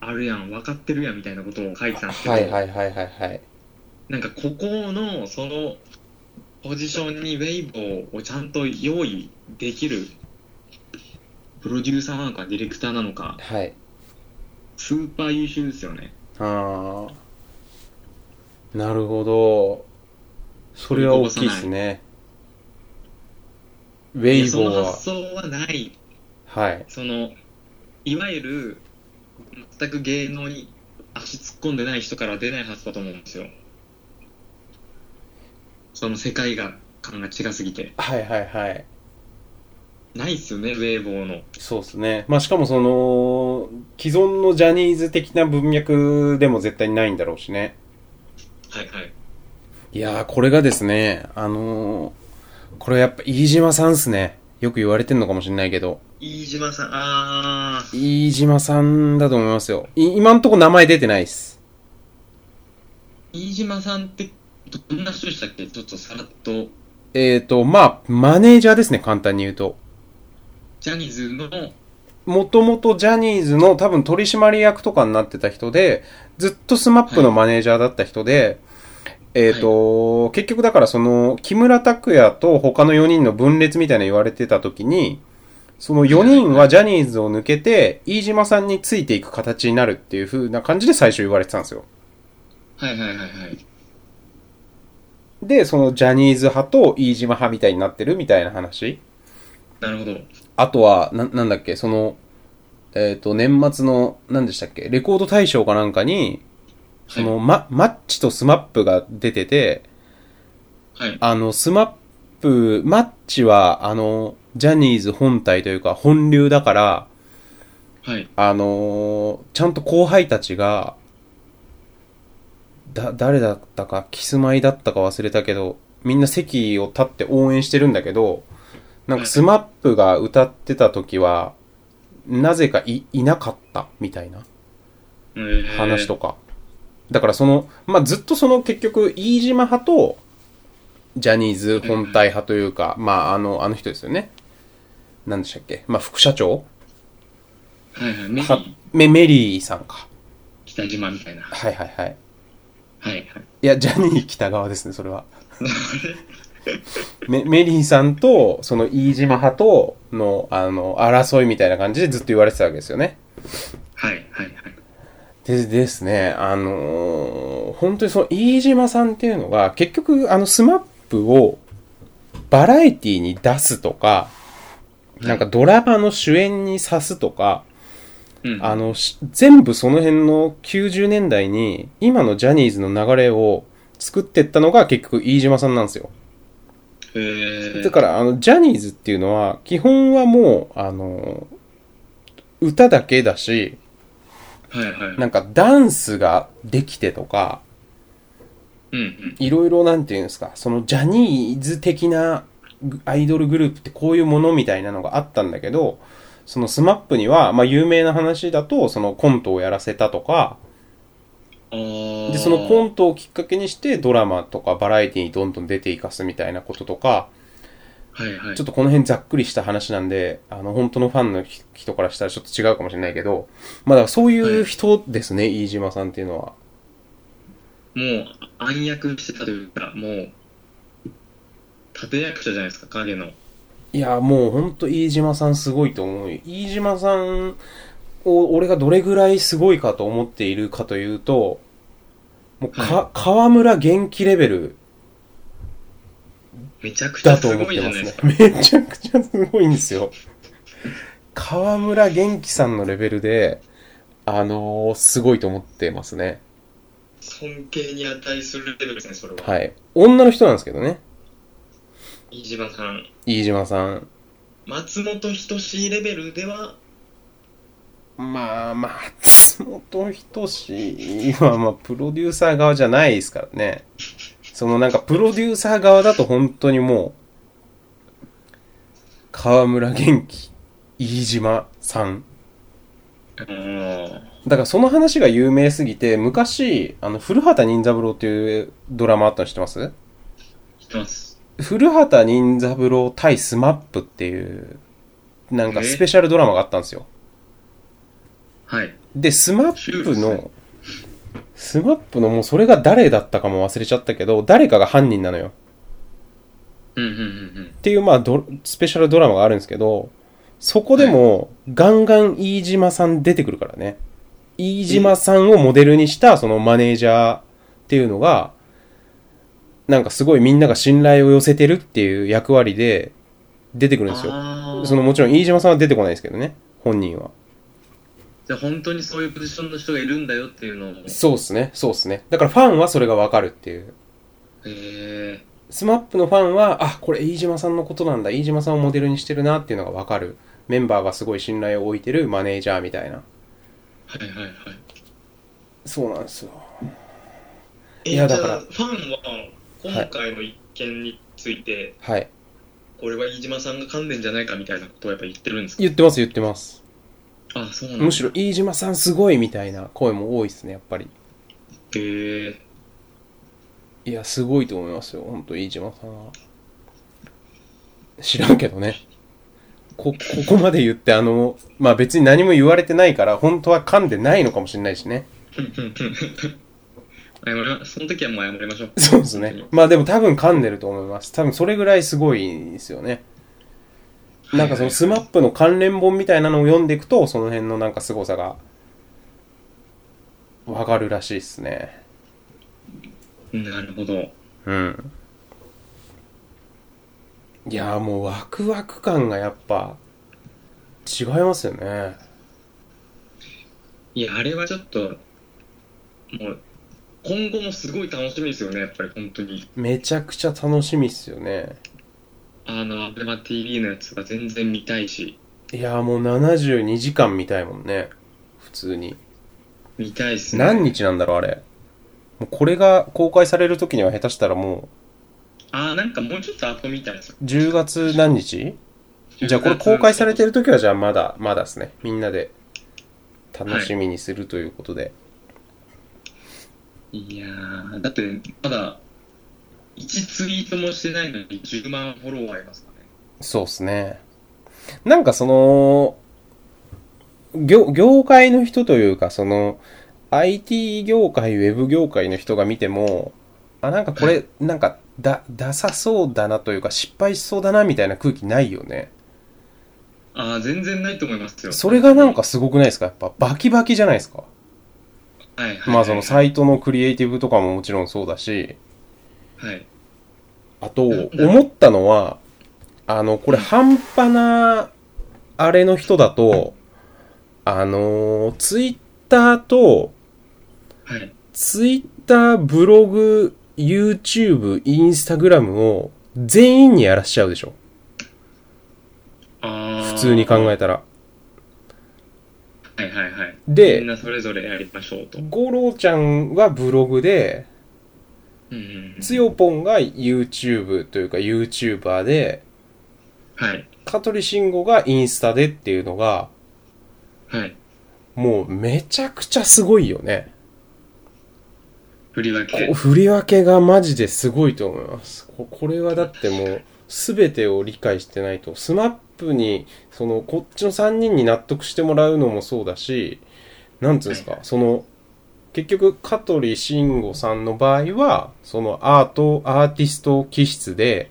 S2: あるやん、分かってるやんみたいなことを書いてたんですけど、
S1: はいはいはいはいはい。
S2: なんかここのそのポジションにウェイボーをちゃんと用意できるプロデューサーなのかディレクターなのか
S1: はい。
S2: スーパー優秀ですよね
S1: あー。なるほど。それは大きいですね。ウェイボ
S2: いやその
S1: ー
S2: 発想はない
S1: は。はい。
S2: そのいわゆる全く芸能に足突っ込んでない人から出ない発想だと思うんですよその世界が感が違すぎて
S1: はいはいはい。
S2: ないっすよねウェイボーの
S1: そうですね。まあしかもその、既存のジャニーズ的な文脈でも絶対にないんだろうしね。
S2: はいはい
S1: いやー、これがですね、あのー、これやっぱ飯島さんっすね。よく言われてんのかもしれないけど。
S2: 飯島さんああ
S1: 飯島さんだと思いますよ。い今んとこ名前出てないっす。
S2: 飯島さんってどんな人でしたっけちょっとさらっと
S1: えーと、まあ、マネージャーですね、簡単に言うと。
S2: ジャニーズの
S1: もともとジャニーズの多分取締役とかになってた人で、ずっとスマップのマネージャーだった人で、えーと、結局だからその、木村拓哉と他の4人の分裂みたいなの言われてた時に、その4人はジャニーズを抜けて、飯島さんについていく形になるっていう風な感じで最初言われてたんですよ。
S2: はいはいはいはい
S1: で、そのジャニーズ派と飯島派みたいになってるみたいな話。
S2: なるほど
S1: あとは、な、なんだっけ、その、えっ、と、年末の、何でしたっけ、レコード大賞かなんかに、その、ま、マッチとスマップが出てて、
S2: はい
S1: あの、スマップ、マッチは、あの、ジャニーズ本体というか、本流だから、
S2: はい
S1: あのーちゃんと後輩たちが、だ、誰だったか、キスマイだったか忘れたけど、みんな席を立って応援してるんだけど、なんかスマップが歌ってた時は、なぜかい、いなかった、みたいな
S2: えー
S1: 話とか。だからその、まあ、ずっとその結局、飯島派と、ジャニーズ本体派というか、まあ、あの、あの人ですよね。何でしたっけまあ、副社長
S2: はいはいメリ
S1: は
S2: ー
S1: メメリーさんか。
S2: 北島みたいなは
S1: はいはいはい。
S2: いはい
S1: いや、ジャニー北川ですね、それは。メメリーさんと、その飯島派との、あの、争いみたいな感じでずっと言われてたわけですよね。
S2: はいはいはい
S1: でですね、あのー本当にその飯島さんっていうのが、結局、あの、スマップをバラエティに出すとか、なんかドラマの主演に刺すとか、
S2: うん
S1: あの、し全部その辺の90年代に、今のジャニーズの流れを作ってったのが結局飯島さんなんですよ。
S2: えー
S1: だから、あの、ジャニーズっていうのは、基本はもう、あの、歌だけだし、
S2: はいはい
S1: なんかダンスができてとか、
S2: うんうん
S1: いろいろなんていうんですか、そのジャニーズ的なぐアイドルグループってこういうものみたいなのがあったんだけど、そのスマップには、まあ有名な話だと、そのコントをやらせたとか、
S2: あー
S1: で、そのコントをきっかけにしてドラマとかバラエティにどんどん出ていかすみたいなこととか、
S2: はいはい
S1: ちょっとこの辺ざっくりした話なんで、あの、本当のファンの人からしたらちょっと違うかもしれないけど、まあだからそういう人ですね、飯島さんっていうのは。
S2: もう暗躍してたというか、もう、立役者じゃないですか、影の。
S1: いや、もうほんと飯島さんすごいと思うよ。飯島さんを俺がどれぐらいすごいかと思っているかというと、もうか、
S2: は
S1: 河村元気レベル
S2: めちゃくちゃ
S1: だと
S2: す
S1: 思っ
S2: ごい
S1: て
S2: じゃ
S1: ま
S2: ないですす
S1: ね
S2: か。。
S1: めちゃくちゃすごいんですよ。河村元気さんのレベルで、あのーすごいと思ってますね。
S2: 尊敬に値するレベルですね、それは。
S1: はい。女の人なんですけどね。
S2: 飯島さん。
S1: 飯島さん。
S2: 松本人志レベルでは、
S1: まあ、松本人志は、まあ、プロデューサー側じゃないですからね。そのなんか、プロデューサー側だと本当にもう、河村元気、飯島さん。
S2: あー
S1: だからその話が有名すぎて、昔、あの、古畑任三郎っていうドラマあったの知ってます
S2: 知ってます。
S1: 古畑任三郎対スマップっていう、なんかスペシャルドラマがあったんですよ。
S2: はい。
S1: で、スマップ
S2: そうです
S1: の、スマップのもうそれが誰だったかも忘れちゃったけど、誰かが犯人なのよ。
S2: うんうんうん
S1: っていう、まあド、スペシャルドラマがあるんですけど、そこでも、ガンガン飯島さん出てくるからね。飯島さんをモデルにした、そのマネージャーっていうのが、なんかすごいみんなが信頼を寄せてるっていう役割で出て
S2: う
S1: くる
S2: ん。
S1: んですよ。
S2: ああ。
S1: そのもちろん飯島さんは出てこないですけどね、本人は。
S2: じゃあ本当にそういうポジションの人がいるんだよっていうのを。
S1: そうっすね、そうっすね。だからファンはそれがわかるっていう。
S2: へえ。
S1: スマップのファンは、あ、これ飯島さんのことなんだ、飯島さんをモデルにしてるなっていうのがわかる。メンバーがすごい信頼を置いてるマネージャーみたいな。
S2: はいはいはい。
S1: そうなんですよ。
S2: え
S1: いやだから
S2: じゃあファンは今回の一件について、
S1: はい。
S2: 俺は飯島さんが噛んでんじゃないかみたいなことをやっぱ言ってるんですか
S1: 言ってます、言ってます。
S2: あそうなんだ
S1: むしろ飯島さんすごいみたいな声も多いですね、やっぱり。
S2: へえ
S1: いや、すごいと思いますよ、ほんと、飯島さんは。知らんけどね。こ、こ こまで言って、あの、まあ別に何も言われてないから、本当は噛んでないのかもしれないしね。
S2: 謝りまその時はもう謝りましょう
S1: そうですね。まあでも多分噛んでると思います。多分それぐらいすごいんですよね。なんかそのスマップの関連本みたいなのを読んでいくと、その辺のなんか凄さが、わかるらしいですね。
S2: なるほど
S1: うん。いやーもうワクワク感がやっぱ、違いますよね。
S2: いやあれはちょっともう今後もすごい楽しみですよねやっぱり本当に
S1: めちゃくちゃ楽しみっすよね。
S2: あのアベマ t v のやつは全然見たいし
S1: いやーもう72時間見たいもんね。普通に。
S2: 見たいっすね
S1: 何日なんだろうあれもうこれが公開される時には下手したらも
S2: あなんかもうちょっと後みたいですよ
S1: う10月何日じゃあこれ公開されてる時はじゃあまだまだですねみんなで楽しみにするということで、
S2: いやーだってまだ1ツイートもしてないのに10万フォロワーいますからね
S1: そうっすねなんかその業業界の人というかその IT 業界ウェブ業界の人が見てもあなんかこれなんかだダサそうだなというか失敗しそうだなみたいな空気ないよね
S2: ああ全然ないと思いますよ
S1: それがなんかすごくないですかやっぱバキバキじゃないですか
S2: はいはいはい
S1: まあそのサイトのクリエイティブとかももちろんそうだし、
S2: はい
S1: あと思ったのは、あの、これ半端な、あれの人だと、あのー、ツイッターと、
S2: はい
S1: ツイッター、ブログ、YouTube、インスタグラムを全員にやらしちゃうでしょ。
S2: ああ
S1: 普通に考えたら。
S2: はいはいはい
S1: で
S2: みんなそれぞれやりましょうとうん
S1: ゴロちゃんはブログで、
S2: うんうん
S1: つよぽんが YouTube というか YouTuber で、
S2: はい
S1: 香取慎吾がインスタでっていうのが、
S2: はい
S1: もうめちゃくちゃすごいよね。
S2: 振り分
S1: こ
S2: け
S1: う振り分けがマジですごいと思います。ここれはだってもう、すべてを理解してないと、スマップに、その、こっちの3人に納得してもらうのもそうだし、なんつうんですか、その、結局香取慎吾さんの場合はそのアートアーティスト気質で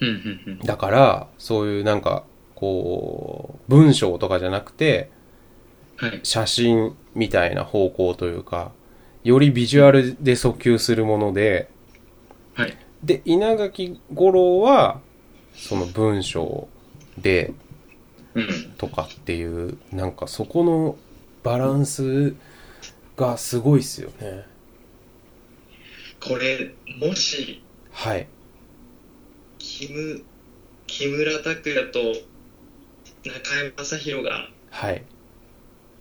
S2: うんうんうん。
S1: だからそういうなんかこう文章とかじゃなくて
S2: はい。
S1: 写真みたいな方向というかよりビジュアルで訴求するもので
S2: はい。
S1: で稲垣吾郎はその文章で
S2: うん。
S1: とかっていうなんかそこのバランスがすごいっすよね
S2: これ、もし、
S1: はい
S2: キム、木村拓哉と中山雅宏が
S1: はい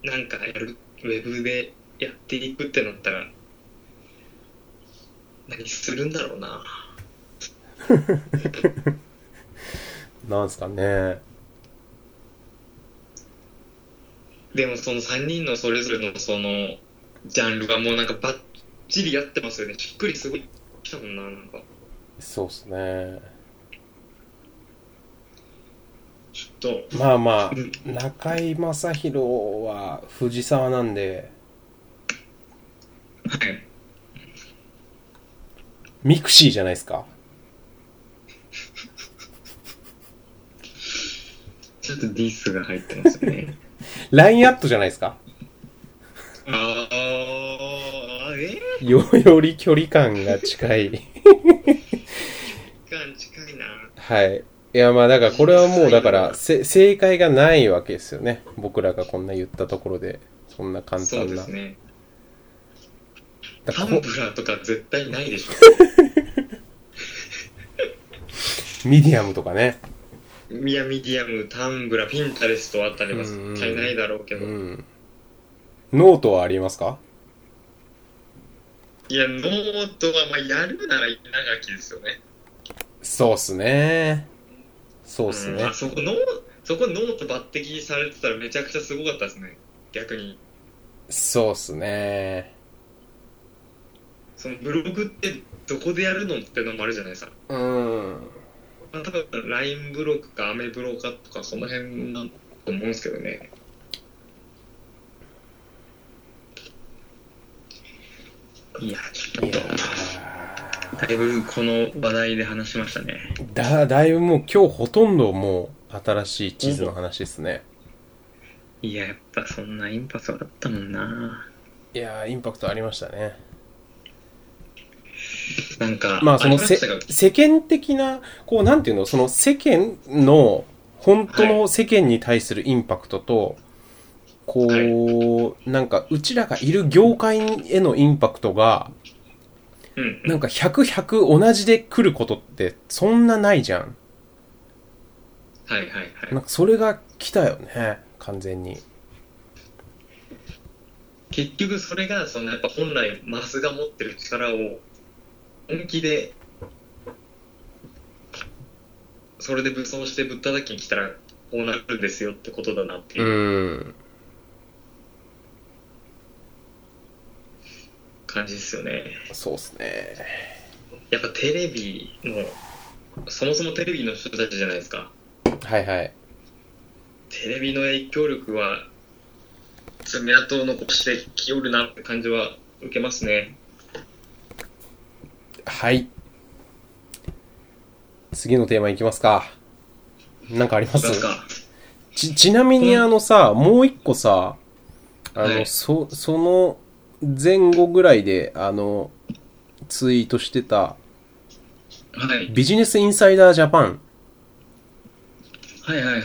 S2: なんかやる、ウェブでやっていくってなったら、何するんだろうな。
S1: なんすかね
S2: でもその3人のそれぞれのそのジャンルがもうなんかバッチリ合ってますよねしっくりすごいきたもんななんか
S1: そうっすね
S2: ちょっと
S1: まあま
S2: うん
S1: あ中井正宏は藤沢なんで
S2: はい
S1: ミクシーじゃないですか
S2: ちょっとディスが入ってますね
S1: LINE アットじゃないですか
S2: あーあーえ
S1: よ より距離感が近い
S2: ー、感近いな
S1: はいいやまあだからこれはもうだからせ正解がないわけですよね僕らがこんな言ったところでそんな簡
S2: そう
S1: 単
S2: で
S1: な、
S2: すね
S1: だか
S2: タ
S1: ら
S2: ン
S1: こ
S2: ブラーとか絶対ないでしょ
S1: ミディアムとかね
S2: ミヤミディアムタンブラーピンタレストあったりは絶対ないだろうけ
S1: う
S2: ど、
S1: んノートはありますか
S2: いやノートはまあやるなら稲垣ですよね
S1: そうっすねそうっす
S2: うん
S1: ね
S2: あそこノーそこノート抜擢されてたらめちゃくちゃすごかったですね逆に
S1: そうっすね
S2: そのブログってどこでやるのってのもあるじゃないですか、
S1: うん
S2: まあ、多分 LINE ブログかアメブロかとかその辺なんだと思うんですけどねいやちょっ
S1: いや
S2: とだいぶこの話題で話しましたね
S1: ーだだいぶもう今日ほとんどもう新しい地図の話ですね、
S2: いややっぱそんなインパクトあったもんない
S1: やーインパクトありましたね
S2: なんか
S1: まあその
S2: り
S1: せ
S2: したが
S1: 世間的なこうなんていうのその世間の本当の世間に対するインパクトと、こうなんかうちらがいる業界へのインパクトが
S2: うん
S1: なんか100100同じで来ることってそんなないじゃん
S2: はいはいはい
S1: なんかそれが来たよね完全に
S2: 結局それがそのやっぱ本来マスが持ってる力を本気でそれで武装してぶったたきに来たらこうなるんですよってことだなっていううん感じですよね、
S1: そうっすね
S2: やっぱテレビのそもそもテレビの人たちじゃないですか
S1: はいはい
S2: テレビの影響力は爪痕を残してきよるなって感じは受けますね
S1: はい次のテーマいきますかなんかありま
S2: いき
S1: す
S2: ますか
S1: ち、ちなみにあのさ、もう一個さ、あの、
S2: はい
S1: そ、その前後ぐらいで、あの、ツイートしてた、
S2: はい
S1: ビジネスインサイダージャパン、
S2: はいはいはい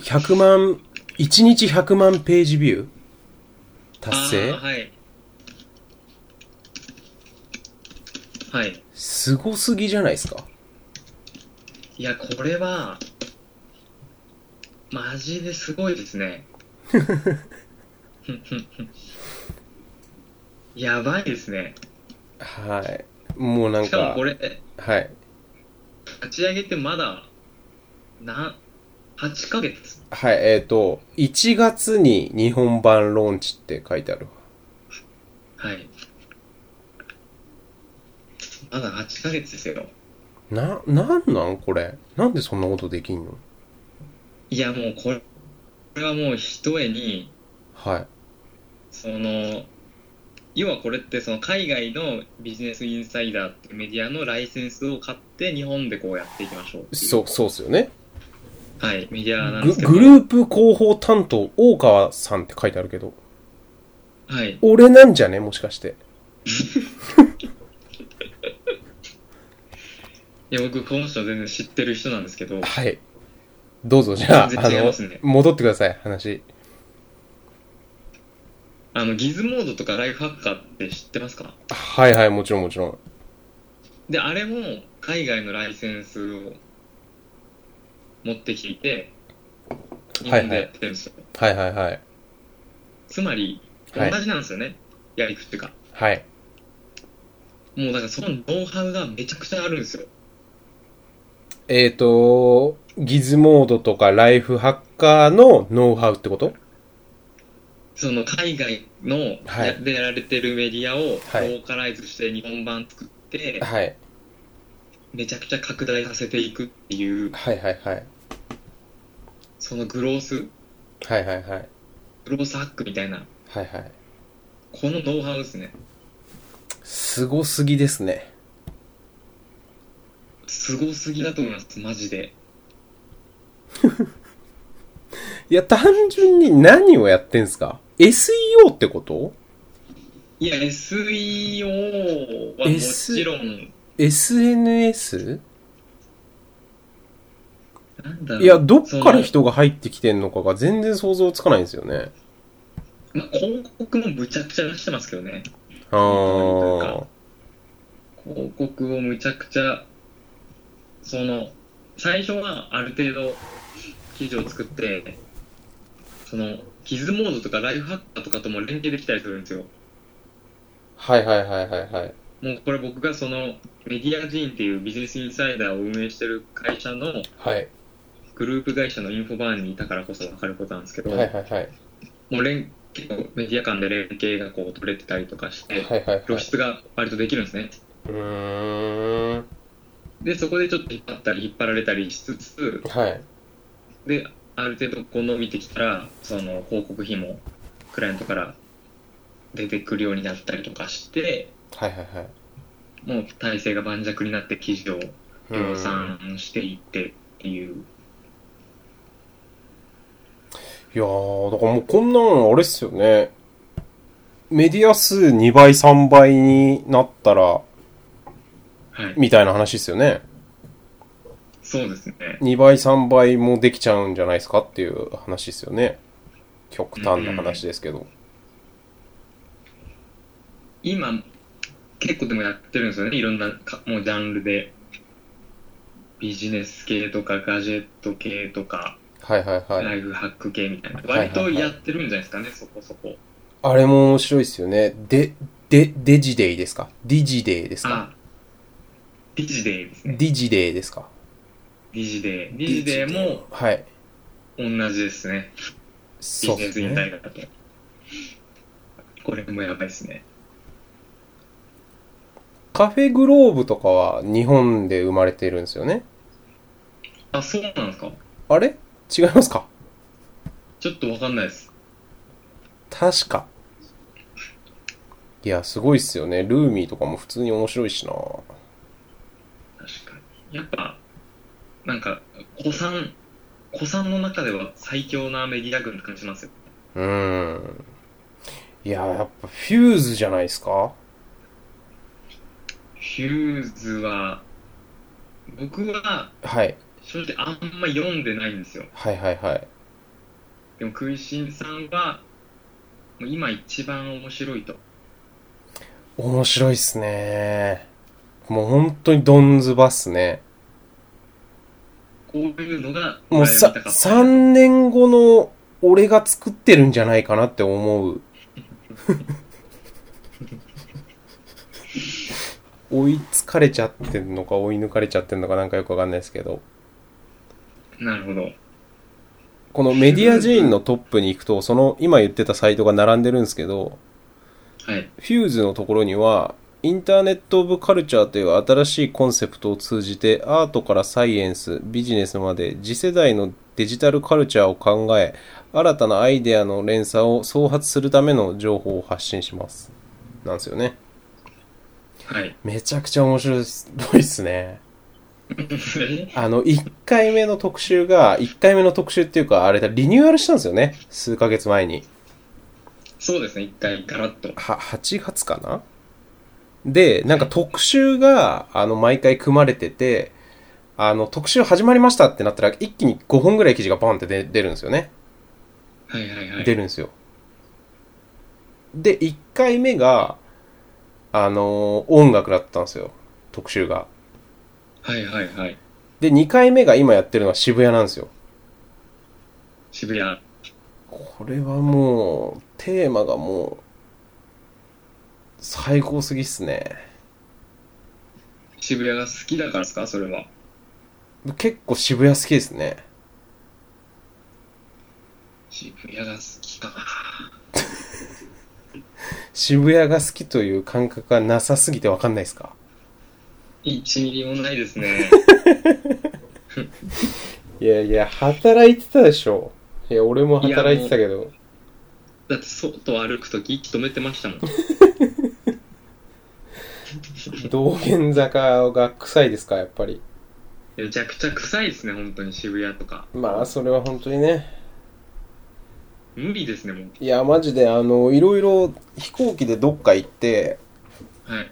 S1: 100万、1日100万ページビュー達成、
S2: あーはいはい
S1: すごすぎじゃないですか。
S2: いや、これは、マジですごいですね。 やばいですね。
S1: はい。もうなん
S2: しかも
S1: か
S2: こ、れ、
S1: はい。
S2: 立ち上げてまだ、な、8ヶ月
S1: はい、えっ、と、1月に日本版ローンチって書いてあるわ。
S2: はい。まだ8ヶ月ですよ。
S1: な、なんなんこれ。なんでそんなことできんの
S2: いや、もうこれ、これはもう一重に、
S1: はい。
S2: その要はこれってその海外のビジネスインサイダーっていうメディアのライセンスを買って日本でこうやっていきましょうってい
S1: そう、そうっすよね。
S2: はいメディアなんで
S1: グ
S2: すけど
S1: グループ広報担当、大川さんって書いてあるけど、
S2: はい
S1: 俺なんじゃねもしかして。
S2: いや僕この人全然知ってる人なんですけど
S1: はい。どうぞ、じゃあ、
S2: 全
S1: あ
S2: 然違い
S1: の
S2: ますね、
S1: 戻ってください、話。
S2: あのギズモードとかライフハッカーって知ってますか
S1: はいはい、もちろんもちろん。
S2: であれも海外のライセンスを持ってきていて日本でやってるんですよ、
S1: はいはいはい。
S2: つまり
S1: は
S2: 同
S1: い
S2: じなんですよね、やり口っていうか
S1: はい。
S2: もうだからそのノウハウがめちゃくちゃあるんですよ
S1: えっ、ー、と、ギズモードとかライフハッカーのノウハウってこと
S2: その海外の
S1: はい
S2: やでやられてるメディアをロ
S1: はい
S2: ーカライズして日本版作って
S1: はい。
S2: めちゃくちゃ拡大させていくっていう
S1: はいはいはい。
S2: そのグロース
S1: はいはいはい。
S2: グロースハックみたいな
S1: はいはい。
S2: このノウハウですね
S1: すごすぎですね。
S2: すごすぎだと思いますマジで
S1: いや、単純に何をやってんすか ?SEO ってこと
S2: いや SEO はも
S1: S
S2: ちろん
S1: ?SNS?
S2: なんだろう
S1: い
S2: い
S1: や、どっから人が入ってきてんのかが全然想像つかないんですよね。
S2: まあ、広告もむちゃくちゃ出してますけどね
S1: あー。
S2: 広告をむちゃくちゃその最初はある程度記事を作ってそのキズモードとかライフハッカーとかとも連携できたりするんですよ
S1: はいはいはいはいはい。
S2: もうこれ僕がそのメディアジーンっていうビジネスインサイダーを運営してる会社の
S1: はい。
S2: グループ会社のインフォバーンにいたからこそ分かることなんですけど、
S1: はいはいはい。
S2: もう連結構メディア間で連携がこう取れてたりとかして、
S1: はいはいはい。
S2: 露出が割とできるんですね
S1: うーん。
S2: でそこでちょっと引っ張ったり引っ張られたりしつつ
S1: はい。
S2: である程度こう伸びてきたらその広告費もクライアントから出てくるようになったりとかして
S1: はいはいはい。
S2: もう体制が盤石になって記事を
S1: うーん
S2: 量産していってっていう
S1: いやー、だからもうこんなのあれっすよね。メディア数2倍3倍になったら、
S2: はい
S1: みたいな話っすよね。
S2: そうですね
S1: 2倍3倍もできちゃうんじゃないですかっていう話っすよね。極端な話ですけど。
S2: 今結構でもやってるんですよねいろんなかもうジャンルでビジネス系とかガジェット系とか
S1: はいはいはい。
S2: ライフハック系みたいな
S1: はいはい
S2: 割
S1: はい
S2: とやってるんじゃないですかねそこそこ
S1: あれも面白いっすよね。で、で、デジデイですかディジデイですか
S2: あディジデイですね
S1: ディジデイですか
S2: ディジデイディジデイも
S1: はい。
S2: 同じですね。ビ
S1: そう
S2: ジ
S1: で
S2: ネ
S1: す
S2: スインサ
S1: ね。
S2: イダーだと。これもやばいですね。
S1: カフェグローブとかは日本で生まれてるんですよね。
S2: あ、そうなんですか
S1: あれ違いますか
S2: ちょっとわかんないです。
S1: 確か。いや、すごいっすよね。ルーミーとかも普通に面白いしな。
S2: 確かに。やっぱ、なんか、古参、古参の中では最強なメディア軍って感じしますよ。
S1: うん。いや、やっぱフューズじゃないですか
S2: ヒューズは、僕は
S1: はい。
S2: 正直あんま読んでないんですよ。
S1: はいはいはい。
S2: でも、クイシンさんは、もう今一番面白いと。
S1: 面白いっすね。もう本当にドンズバっすね。
S2: こういうのが、
S1: もうさ、
S2: 見たかった
S1: 3年後の俺が作ってるんじゃないかなって思 う。追いつかれちゃってんのか追い抜かれちゃってんのかなんかよくわかんないですけど。
S2: なるほど。
S1: このメディアジーンのトップに行くと、その今言ってたサイトが並んでるんですけど、
S2: はい。
S1: フューズのところには、インターネット・オブ・カルチャーという新しいコンセプトを通じてアートからサイエンス、ビジネスまで次世代のデジタルカルチャーを考え新たなアイデアの連鎖を創発するための情報を発信しますなんですよね
S2: はい。
S1: めちゃくちゃ面白いっすいっすね
S2: え
S1: あの1回目の特集が1回目の特集っていうかあれだリニューアルしたんですよね数ヶ月前に
S2: そうですね、一回ガラッと。
S1: は8月かなでなんか特集があの毎回組まれててあの特集始まりましたってなったら一気に5本ぐらい記事がバンって出出るんですよね
S2: はいはいはい。
S1: 出るんですよで1回目があのー音楽だったんですよ特集が
S2: はいはいはい。
S1: で2回目が今やってるのは渋谷なんですよ
S2: 渋谷。
S1: これはもうテーマがもう最高すぎっすね
S2: 渋谷が好きだからですかそれは。
S1: 結構渋谷好きですね
S2: 渋谷が好きか。
S1: 渋谷が好きという感覚がなさすぎてわかんないですか
S2: 1ミリもないです ね。
S1: いやいや、働いてたでしょ。いや、俺も働いてたけ ど。
S2: だって外歩くとき息止めてましたもん。
S1: 道玄坂が臭いですか、やっぱり。
S2: めちゃくちゃ臭いですね、本当に渋谷とか。
S1: まあ、それは本当にね。
S2: 無理ですね、も
S1: いや、マジで、あの、いろいろ飛行機でどっか行って、
S2: う。はい。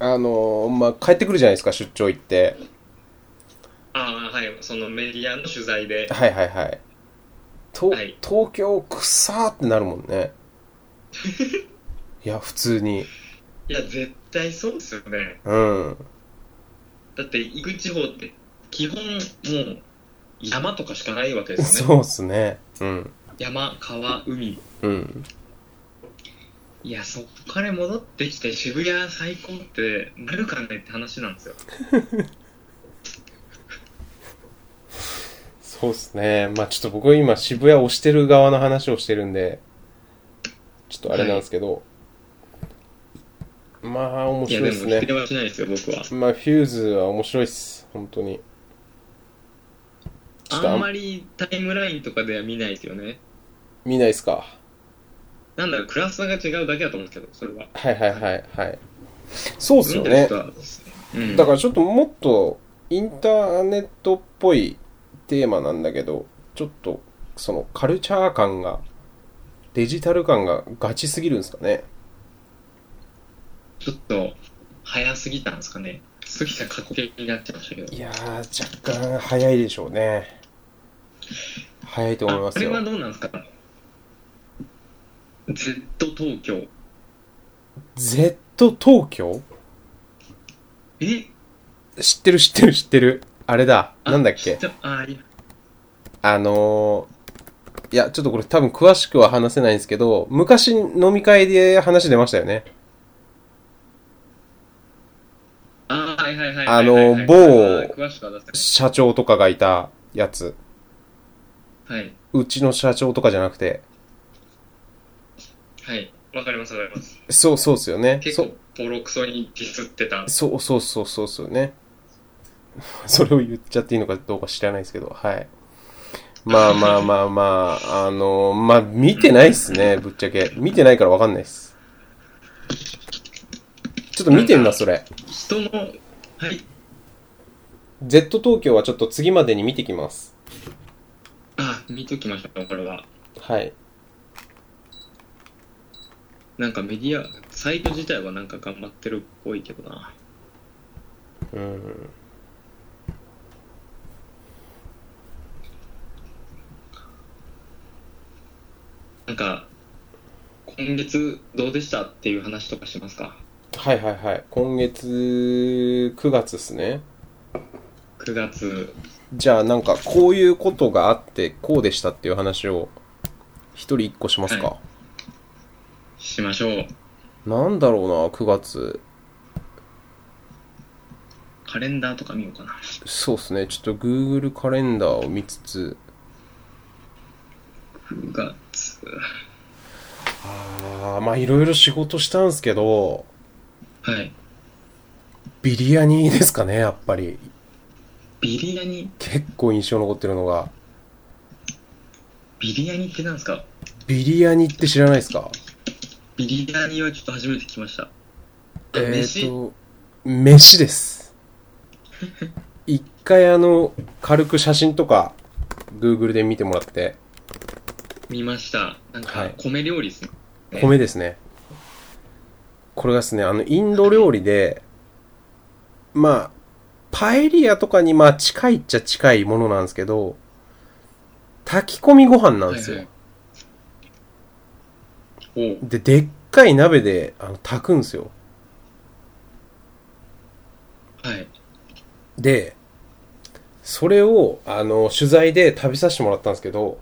S1: あの、まあ、帰ってくるじゃないですか、出張行って。
S2: ああ、はい。そのメディアの取材で。
S1: はいはいはい。と
S2: はい
S1: 東京、臭ーってなるもん ね。いや、普通に。
S2: いや、絶対そうですよね。
S1: うん。
S2: だって、行く地方って、基本、もう、山とかしかないわけですよね。
S1: そうっすね。うん。
S2: 山、川、海。
S1: うん。
S2: いや、そこから戻ってきて、渋谷最高ってなるかねって話なんですよ。
S1: そうですね。まあちょっと僕は今渋谷を押してる側の話をしてるんで、ちょっとあれなんですけど、まあ面
S2: いや、
S1: 白い
S2: で
S1: で
S2: も、否定。は
S1: すね
S2: しないですよ、僕は。
S1: まあフューズは面白いっす。本当に。ちょっとあ
S2: あ
S1: ん
S2: んまりタイムラインとかでは見ないですよね。
S1: 見ないっすか。
S2: なんだろう、クラスターが違うだけだと思うんですけど、それは。
S1: はいはいはいはい。そうっすよね。
S2: 読んでる人はうん、
S1: だからちょっともっとインターネットっぽいテーマなんだけど、ちょっとそのカルチャー感が、デジタル感がガチすぎるんですかね。
S2: ちょっと、早すぎたんですかね。過ぎた勝手になってましたけど。
S1: いやー、若干早いでしょうね。早いと思いま
S2: ああ
S1: す
S2: れ
S1: よ
S2: は。どうなんですか ?Z 東京。
S1: Z 東京
S2: え
S1: 知ってる知ってる知ってる。あれだ。
S2: あ
S1: なんだっ
S2: 知
S1: け
S2: てあ、いや
S1: あのー、いや、ちょっとこれ多分詳しくは話せないんですけど、昔飲み会で話出ましたよね。
S2: あはいはいはい
S1: あの
S2: はいはいはい
S1: 某
S2: あー詳しくは出せ
S1: 社長とかがいたやつ。
S2: ない。はいう
S1: ちの社長とかじゃなくて。
S2: はい。わかりますわかります。
S1: そうそうっすよね。
S2: 結
S1: そ
S2: 構ボロクソにディスってた。
S1: そうそうそうそうそうね。 それを言っちゃっていいのかどうか知らないですけど、はい。まあまあまあまあ、あのまあ見てないっすね、ぶっちゃけ。見てないからわかんないっす。ちょっと見てみます、それ。
S2: 人の、はい。
S1: Z 東京はちょっと次までに見てきます。
S2: あ、見ときました、これは。
S1: はい。
S2: なんかメディア、サイト自体はなんか頑張ってるっぽいけどな。
S1: うん。
S2: なんか、今月どうでしたっていう話とかしますか
S1: はいはいはい。今月9月っすね。
S2: ?9 月。
S1: じゃあなんかこういうことがあって、こうでしたっていう話を一人一個しますか。
S2: はいしましょう。
S1: なんだろうな、9月。
S2: カレンダーとか見ようかな。
S1: そうですね。ちょっと Google カレンダーを見つつ。
S2: 9月。
S1: ああ、まあいろいろ仕事したんすけど、
S2: はい。
S1: ビリヤニですかね、やっぱり。
S2: ビリヤニ
S1: 結構印象残ってるのが。
S2: ビリヤニってなんですか
S1: ビリヤニって知らないですか
S2: ビリヤニはちょっと初めて聞きました。え
S1: え
S2: 飯
S1: ー、と、飯です。一回あの、軽く写真とか、Google で見てもらって、
S2: 見ました。なん
S1: は
S2: か
S1: い、
S2: 米料理ですね。え
S1: 米ですね。これがですね、あの、インド料理で、まあ、パエリアとかにまあ近いっちゃ近いものなんですけど、炊き込みご飯なんですよ。
S2: はいはい、おう
S1: で、でっかい鍋であの炊くんですよ。
S2: はい。
S1: で、それを、あの、取材で食べさせてもらったんですけど、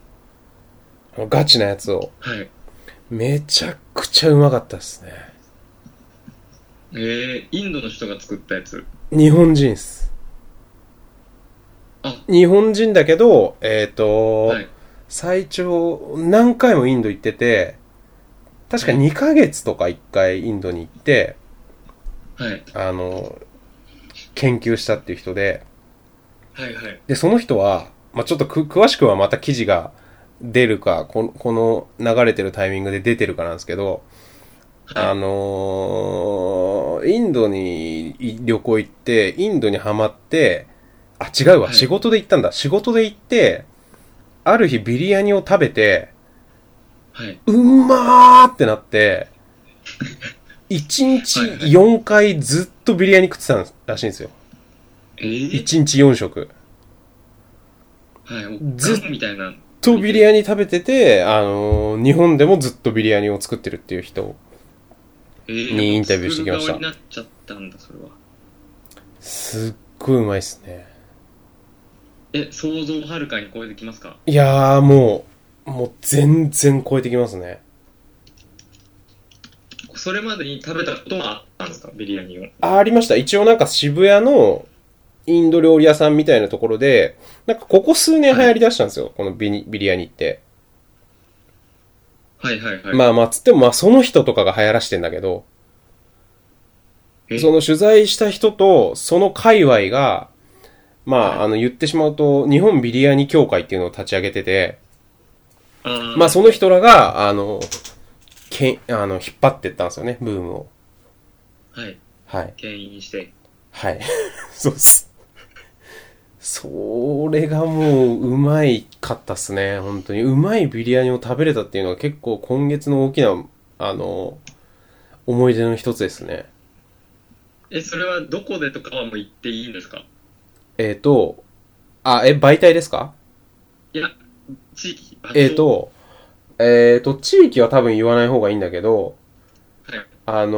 S1: あのガチなやつを。
S2: はい。
S1: めちゃくちゃうまかったですね。
S2: えー、インドの人が作ったやつ。
S1: 日本人っす
S2: あ。
S1: 日本人だけど、えっ、と、
S2: はい。
S1: 最長何回もインド行ってて、確か2ヶ月とか1回インドに行って、
S2: はい。
S1: あの、研究したっていう人で、
S2: はいはい。
S1: で、その人は、まあ、ちょっとく詳しくはまた記事が出るか、このこの流れてるタイミングで出てるかなんですけど、あのーインドにい旅行行って、インドにハマって、あ、違うわ、
S2: はい
S1: 仕事で行ったんだ。仕事で行って、ある日ビリヤニを食べて、
S2: はい。
S1: うんまーって なって、1日
S2: はいはい
S1: 4回ずっとビリヤニ食ってたらしいんですよ。
S2: えー、
S1: 1日4食。
S2: はい。お
S1: ずっ
S2: ガムみたいな。
S1: ずっとビリヤニ食べてて、あのー日本でもずっとビリヤニを作ってるっていう人。
S2: えー、
S1: にインタビューしてきました
S2: 作る側になっちゃったんだ、それは。
S1: すっごいうまいっすね。
S2: え、想像をはるかに超えてきますか
S1: いやーもう、もう全然超えてきますね。
S2: それまでに食べたこともあったんですかビリヤニを。
S1: あ、ありました。一応なんか渋谷のインド料理屋さんみたいなところで、なんかここ数年流行り出したんですよ。このビニビリヤニって。
S2: はいはいはい。
S1: まあまあ、つってもまあその人とかが流行らしてんだけど、
S2: え
S1: その取材した人と、その界隈が、ま
S2: は
S1: あ、
S2: い
S1: あの、言ってしまうと、日本ビリヤニ協会っていうのを立ち上げてて、
S2: あー
S1: まあ、その人らが、あの、けん、あの、引っ張ってったんですよね、ブームを。
S2: はい。
S1: はい。
S2: 牽引して。
S1: はい。 そうっす。それがもう、うまいかったっすね、本当に。うまいビリヤニを食べれたっていうのは結構今月の大きな、あの、思い出の一つですね。
S2: え、それはどこでとかはもう言っていいんですか
S1: えっ、と、あ、え、媒体ですか
S2: いや、地域。あ
S1: えっ、、と、えっ、と、地域は多分言わない方がいいんだけど、
S2: そうはい。
S1: あの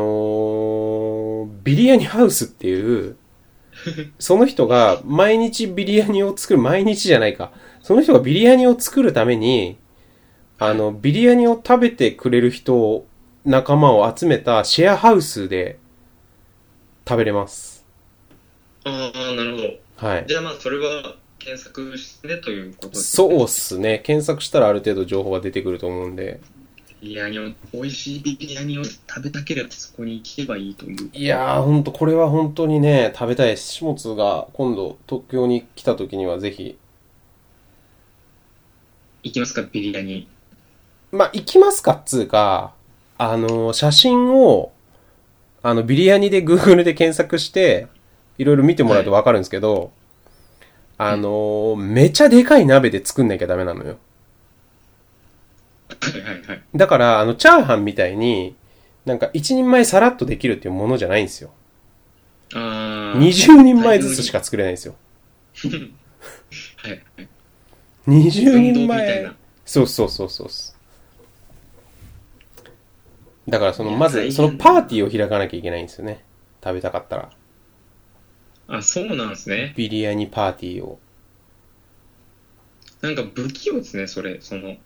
S1: ービリヤニハウスっていう、その人が毎日ビリヤニを作る、毎日じゃないか。その人がビリヤニを作るために、あの、ビリヤニを食べてくれる人を、仲間を集めたシェアハウスで食べれます。
S2: ああ、なるほど。
S1: はい。
S2: じゃあまあ、それは検索してということです
S1: そう
S2: ね。
S1: っすね。検索したらある程度情報が出てくると思うんで。
S2: ビリヤニを、美味しいビリヤニを食べたければそこに行けばいいという。
S1: いやー、ほんと、これは本当にね、食べたいです。下津が今度、東京に来た時にはぜひ。
S2: 行きますか、ビリヤニ。
S1: まあ、行きますかっつうか、あのー、写真を、あの、ビリヤニで Google で検索して、いろいろ見てもらうとわかるんですけど、あのー、めちゃでかい鍋で作んなきゃダメなのよ。
S2: はいはいはい。
S1: だから、あの、チャーハンみたいに、なんか一人前さらっとできるっていうものじゃないんですよ。
S2: ああ。
S1: 20人前ずつしか作れないんですよ。
S2: はいはい。
S1: 20
S2: 運動
S1: 人
S2: みたい
S1: 前
S2: な。。
S1: そうそうそうそうそう。だからその、
S2: いや
S1: ま
S2: 大
S1: ず、
S2: 変
S1: そのパーティーを開かなきゃいけないんですよね。食べたかったら。
S2: あ、そうなんですね。
S1: ビリヤニパーティーを。
S2: なんか不器用ですね、それ。その、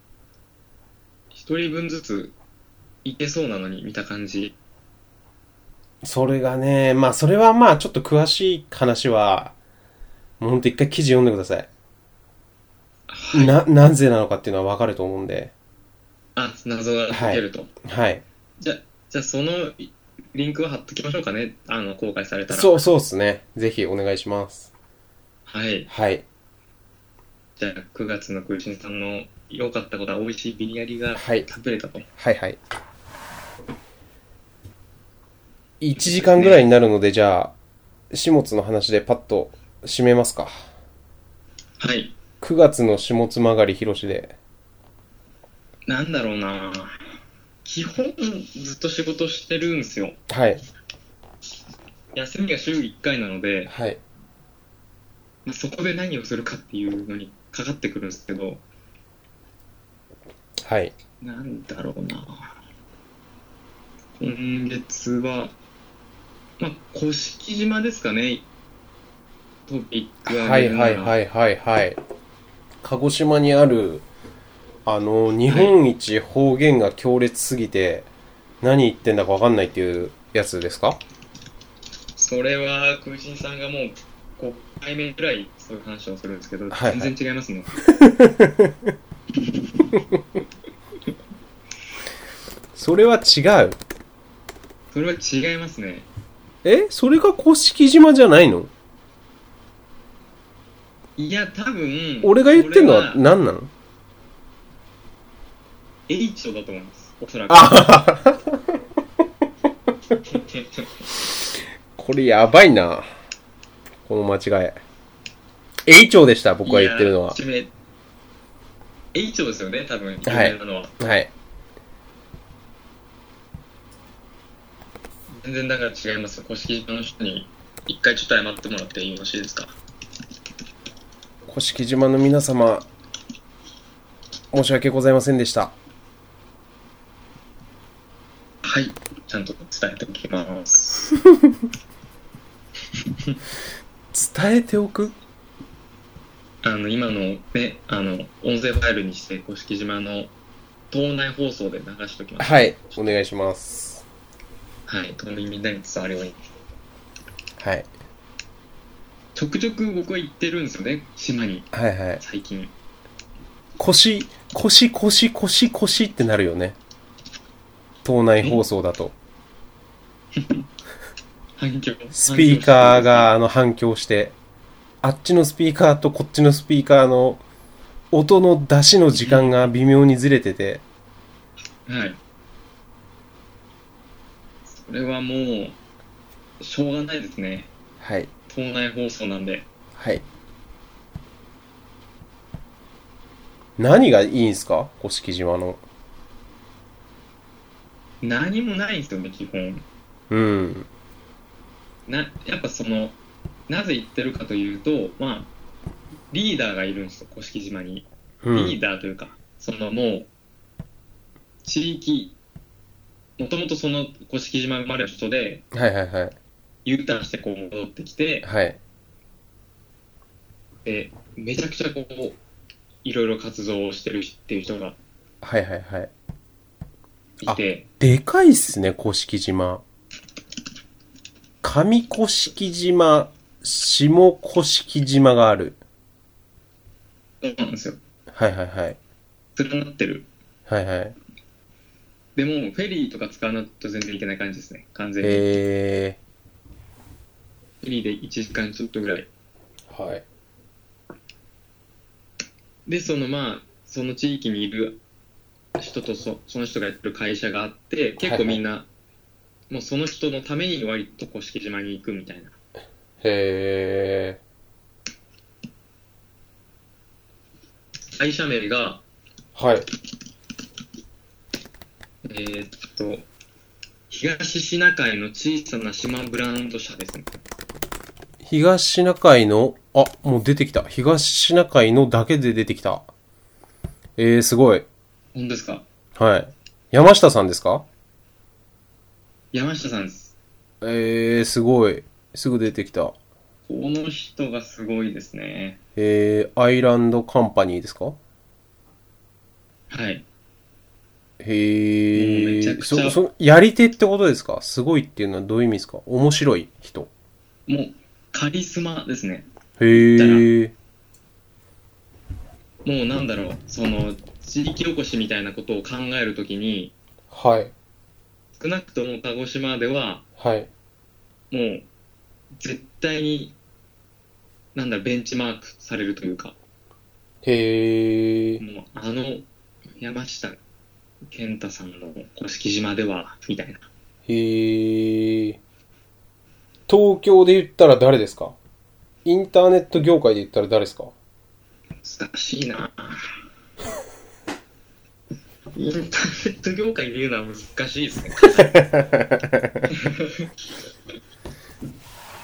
S2: 一人分ずつ行けそうなのに見た感じ。
S1: それがね、まあそれはまあちょっと詳しい話は、もうほんと一回記事読んでくださ。
S2: はい
S1: な、なぜなのかっていうのはわかると思うんで。
S2: あ、謎が解けると。
S1: はい。
S2: じゃ、じゃあそのいリンクは貼っときましょうかね。あの、公開されたら。
S1: そう、そうですね。ぜひお願いします。
S2: はい。
S1: はい。
S2: じゃあ、9月のクリシンさんの良かったことは美味しいビニヤリが
S1: はい
S2: 食べれたと。
S1: はいはい。1時間ぐらいになるので、じゃあ、始末の話でパッと締めますか。
S2: はい。
S1: 9月の始末曲がり広しで。
S2: なんだろうな基本ずっと仕事してるんですよ。
S1: はい。
S2: 休みが週1回なので、
S1: はい。
S2: まあそこで何をするかっていうのにかかってくるんですけど、
S1: はい。
S2: なんだろうな今月は、まあ、甑島ですかね。トピック。
S1: はいはいはいいはいはい。鹿児島にある、あの、日本一方言が強烈すぎて、何言ってんだかわかんないっていうやつですか
S2: それは、空心さんがもう5回目ぐらいそういう話をするんですけど、
S1: はいはい
S2: 全然違いますね。
S1: それは違う。
S2: それは違いますね。
S1: えそれが甑島じゃないの
S2: いや、多分、
S1: 俺が言ってんのは
S2: これは
S1: 何なの
S2: H だと思います。おそらく。
S1: これやばいな。この間違い。A 町でした、僕が言ってるのは。
S2: いや。H ですよね、多分、有
S1: はい
S2: 名なのは。
S1: はい。
S2: 全然だから違います。公式島の人に一回ちょっと謝ってもらってよろしいですか。
S1: 甑島の皆様、申し訳ございませんでした。
S2: はい。ちゃんと伝えておきます。
S1: 伝えておく
S2: あの、今のね、あの、音声ファイルにして、公式島の島内放送で流しておきます。
S1: はい、お願いします。
S2: はい。島民みんなに伝わるように。
S1: はい。
S2: ちょくちょく僕は行ってるんですよね、島に、
S1: はいはい。
S2: 最近。
S1: 腰、腰、腰、腰、腰ってなるよね。島内放送だと。
S2: 反響。
S1: スピーカー
S2: 反響
S1: があの反響して、あっちのスピーカーとこっちのスピーカーの音の出しの時間が微妙にずれてて、
S2: してます。はい。それはもう、しょうがないですね。
S1: はい、
S2: 島内放送なんで。
S1: はい。何がいいんすか甑島の。
S2: 何もないんですよね、基本。
S1: うん。
S2: なやっぱそのなぜ言ってるかというとまあリーダーがいるんですよ甑島に、
S1: う
S2: リー
S1: ん。
S2: ダーというかそのもう地域もともとその甑島生まれの人で
S1: はいはいはい。
S2: U ターンしてこう戻ってきて
S1: はい。
S2: でめちゃくちゃこういろいろ活動をしてるっていう人が
S1: はいはいはい。
S2: いて
S1: でかいっすね、甑島。上甑島、下甑島がある。
S2: そうなんですよ
S1: はいはいはい。
S2: 連なってる
S1: はいはい。
S2: でもフェリーとか使わないと全然いけない感じですね完全に、
S1: え
S2: フェリーで1時間ちょっとぐらい
S1: ー。はい。
S2: でそのまあその地域にいる人とそその人がやってる会社があって結構みんな、もうその人のために割と甑島に行くみたいな
S1: へ
S2: 会社名が
S1: ー。はい。
S2: えーっと東シナ海の小さな島ブランド社ですね
S1: 東シナ海の、あ、もう出てきた。東シナ海のだけで出てきた。えー、すごい。
S2: 本当ですか
S1: はい。山下さんですか
S2: 山下さんです
S1: えー、すごい。すぐ出てきた。
S2: この人がすごいですね
S1: えー、アイランドカンパニーですか
S2: はい
S1: へ
S2: もうめちゃ
S1: え。
S2: くち
S1: そ、
S2: ゃ
S1: そ、やり手ってことですかすごいっていうのはどういう意味ですか面白い人。
S2: もうカリスマですね
S1: へえ。
S2: もうなんだろうその地域おこしみたいなことを考えるときに
S1: はい。
S2: 少なくとも鹿児島では、
S1: はい。
S2: もう、絶対に、なんだろう、ベンチマークされるというか、
S1: へー。
S2: もう、あの、山下健太さんの甑島では、みたいな。
S1: へー。東京で言ったら誰ですかインターネット業界で言ったら誰ですか
S2: 難しいなインターネット業界で言うのは難しいですね。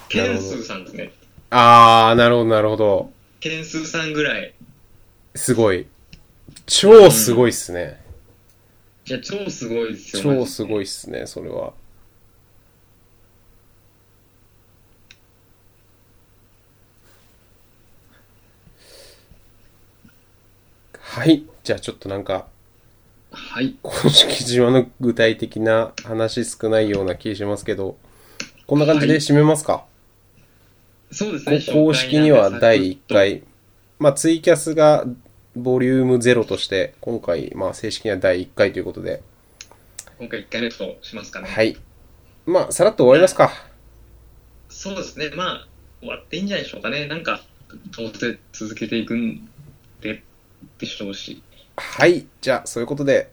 S2: ケンスーさんですね。
S1: あー、なるほど、なるほど。
S2: ケンスーさんぐらい。
S1: すごい。超すごいっすね。
S2: いや、超すごいですよ。
S1: 超すご
S2: い。
S1: いっすね、それは。はい。じゃあちょっとなんか、
S2: はい。
S1: 公式島の具体的な話少ないような気しますけど、こんな感じで締めますか、
S2: そうです
S1: こ
S2: ね。
S1: 公式には第1回、まあツイキャスがボリューム0として、今回、まあ正式には第1回ということで、
S2: 今回1回目としますかね。
S1: はい。まあ、さらっと終わりますか。
S2: そうですね。まあ、終わっていいんじゃないでしょうかね。なんか、どうせ続けていくんで、でしょうし。
S1: はい。じゃあ、そういうことで、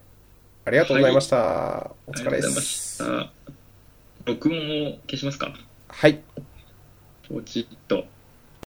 S1: ありがとうございました。お
S2: ありが
S1: 疲
S2: と
S1: れ
S2: うご
S1: で。
S2: ざいますした。録音を消しますか
S1: はい。
S2: ポチッと。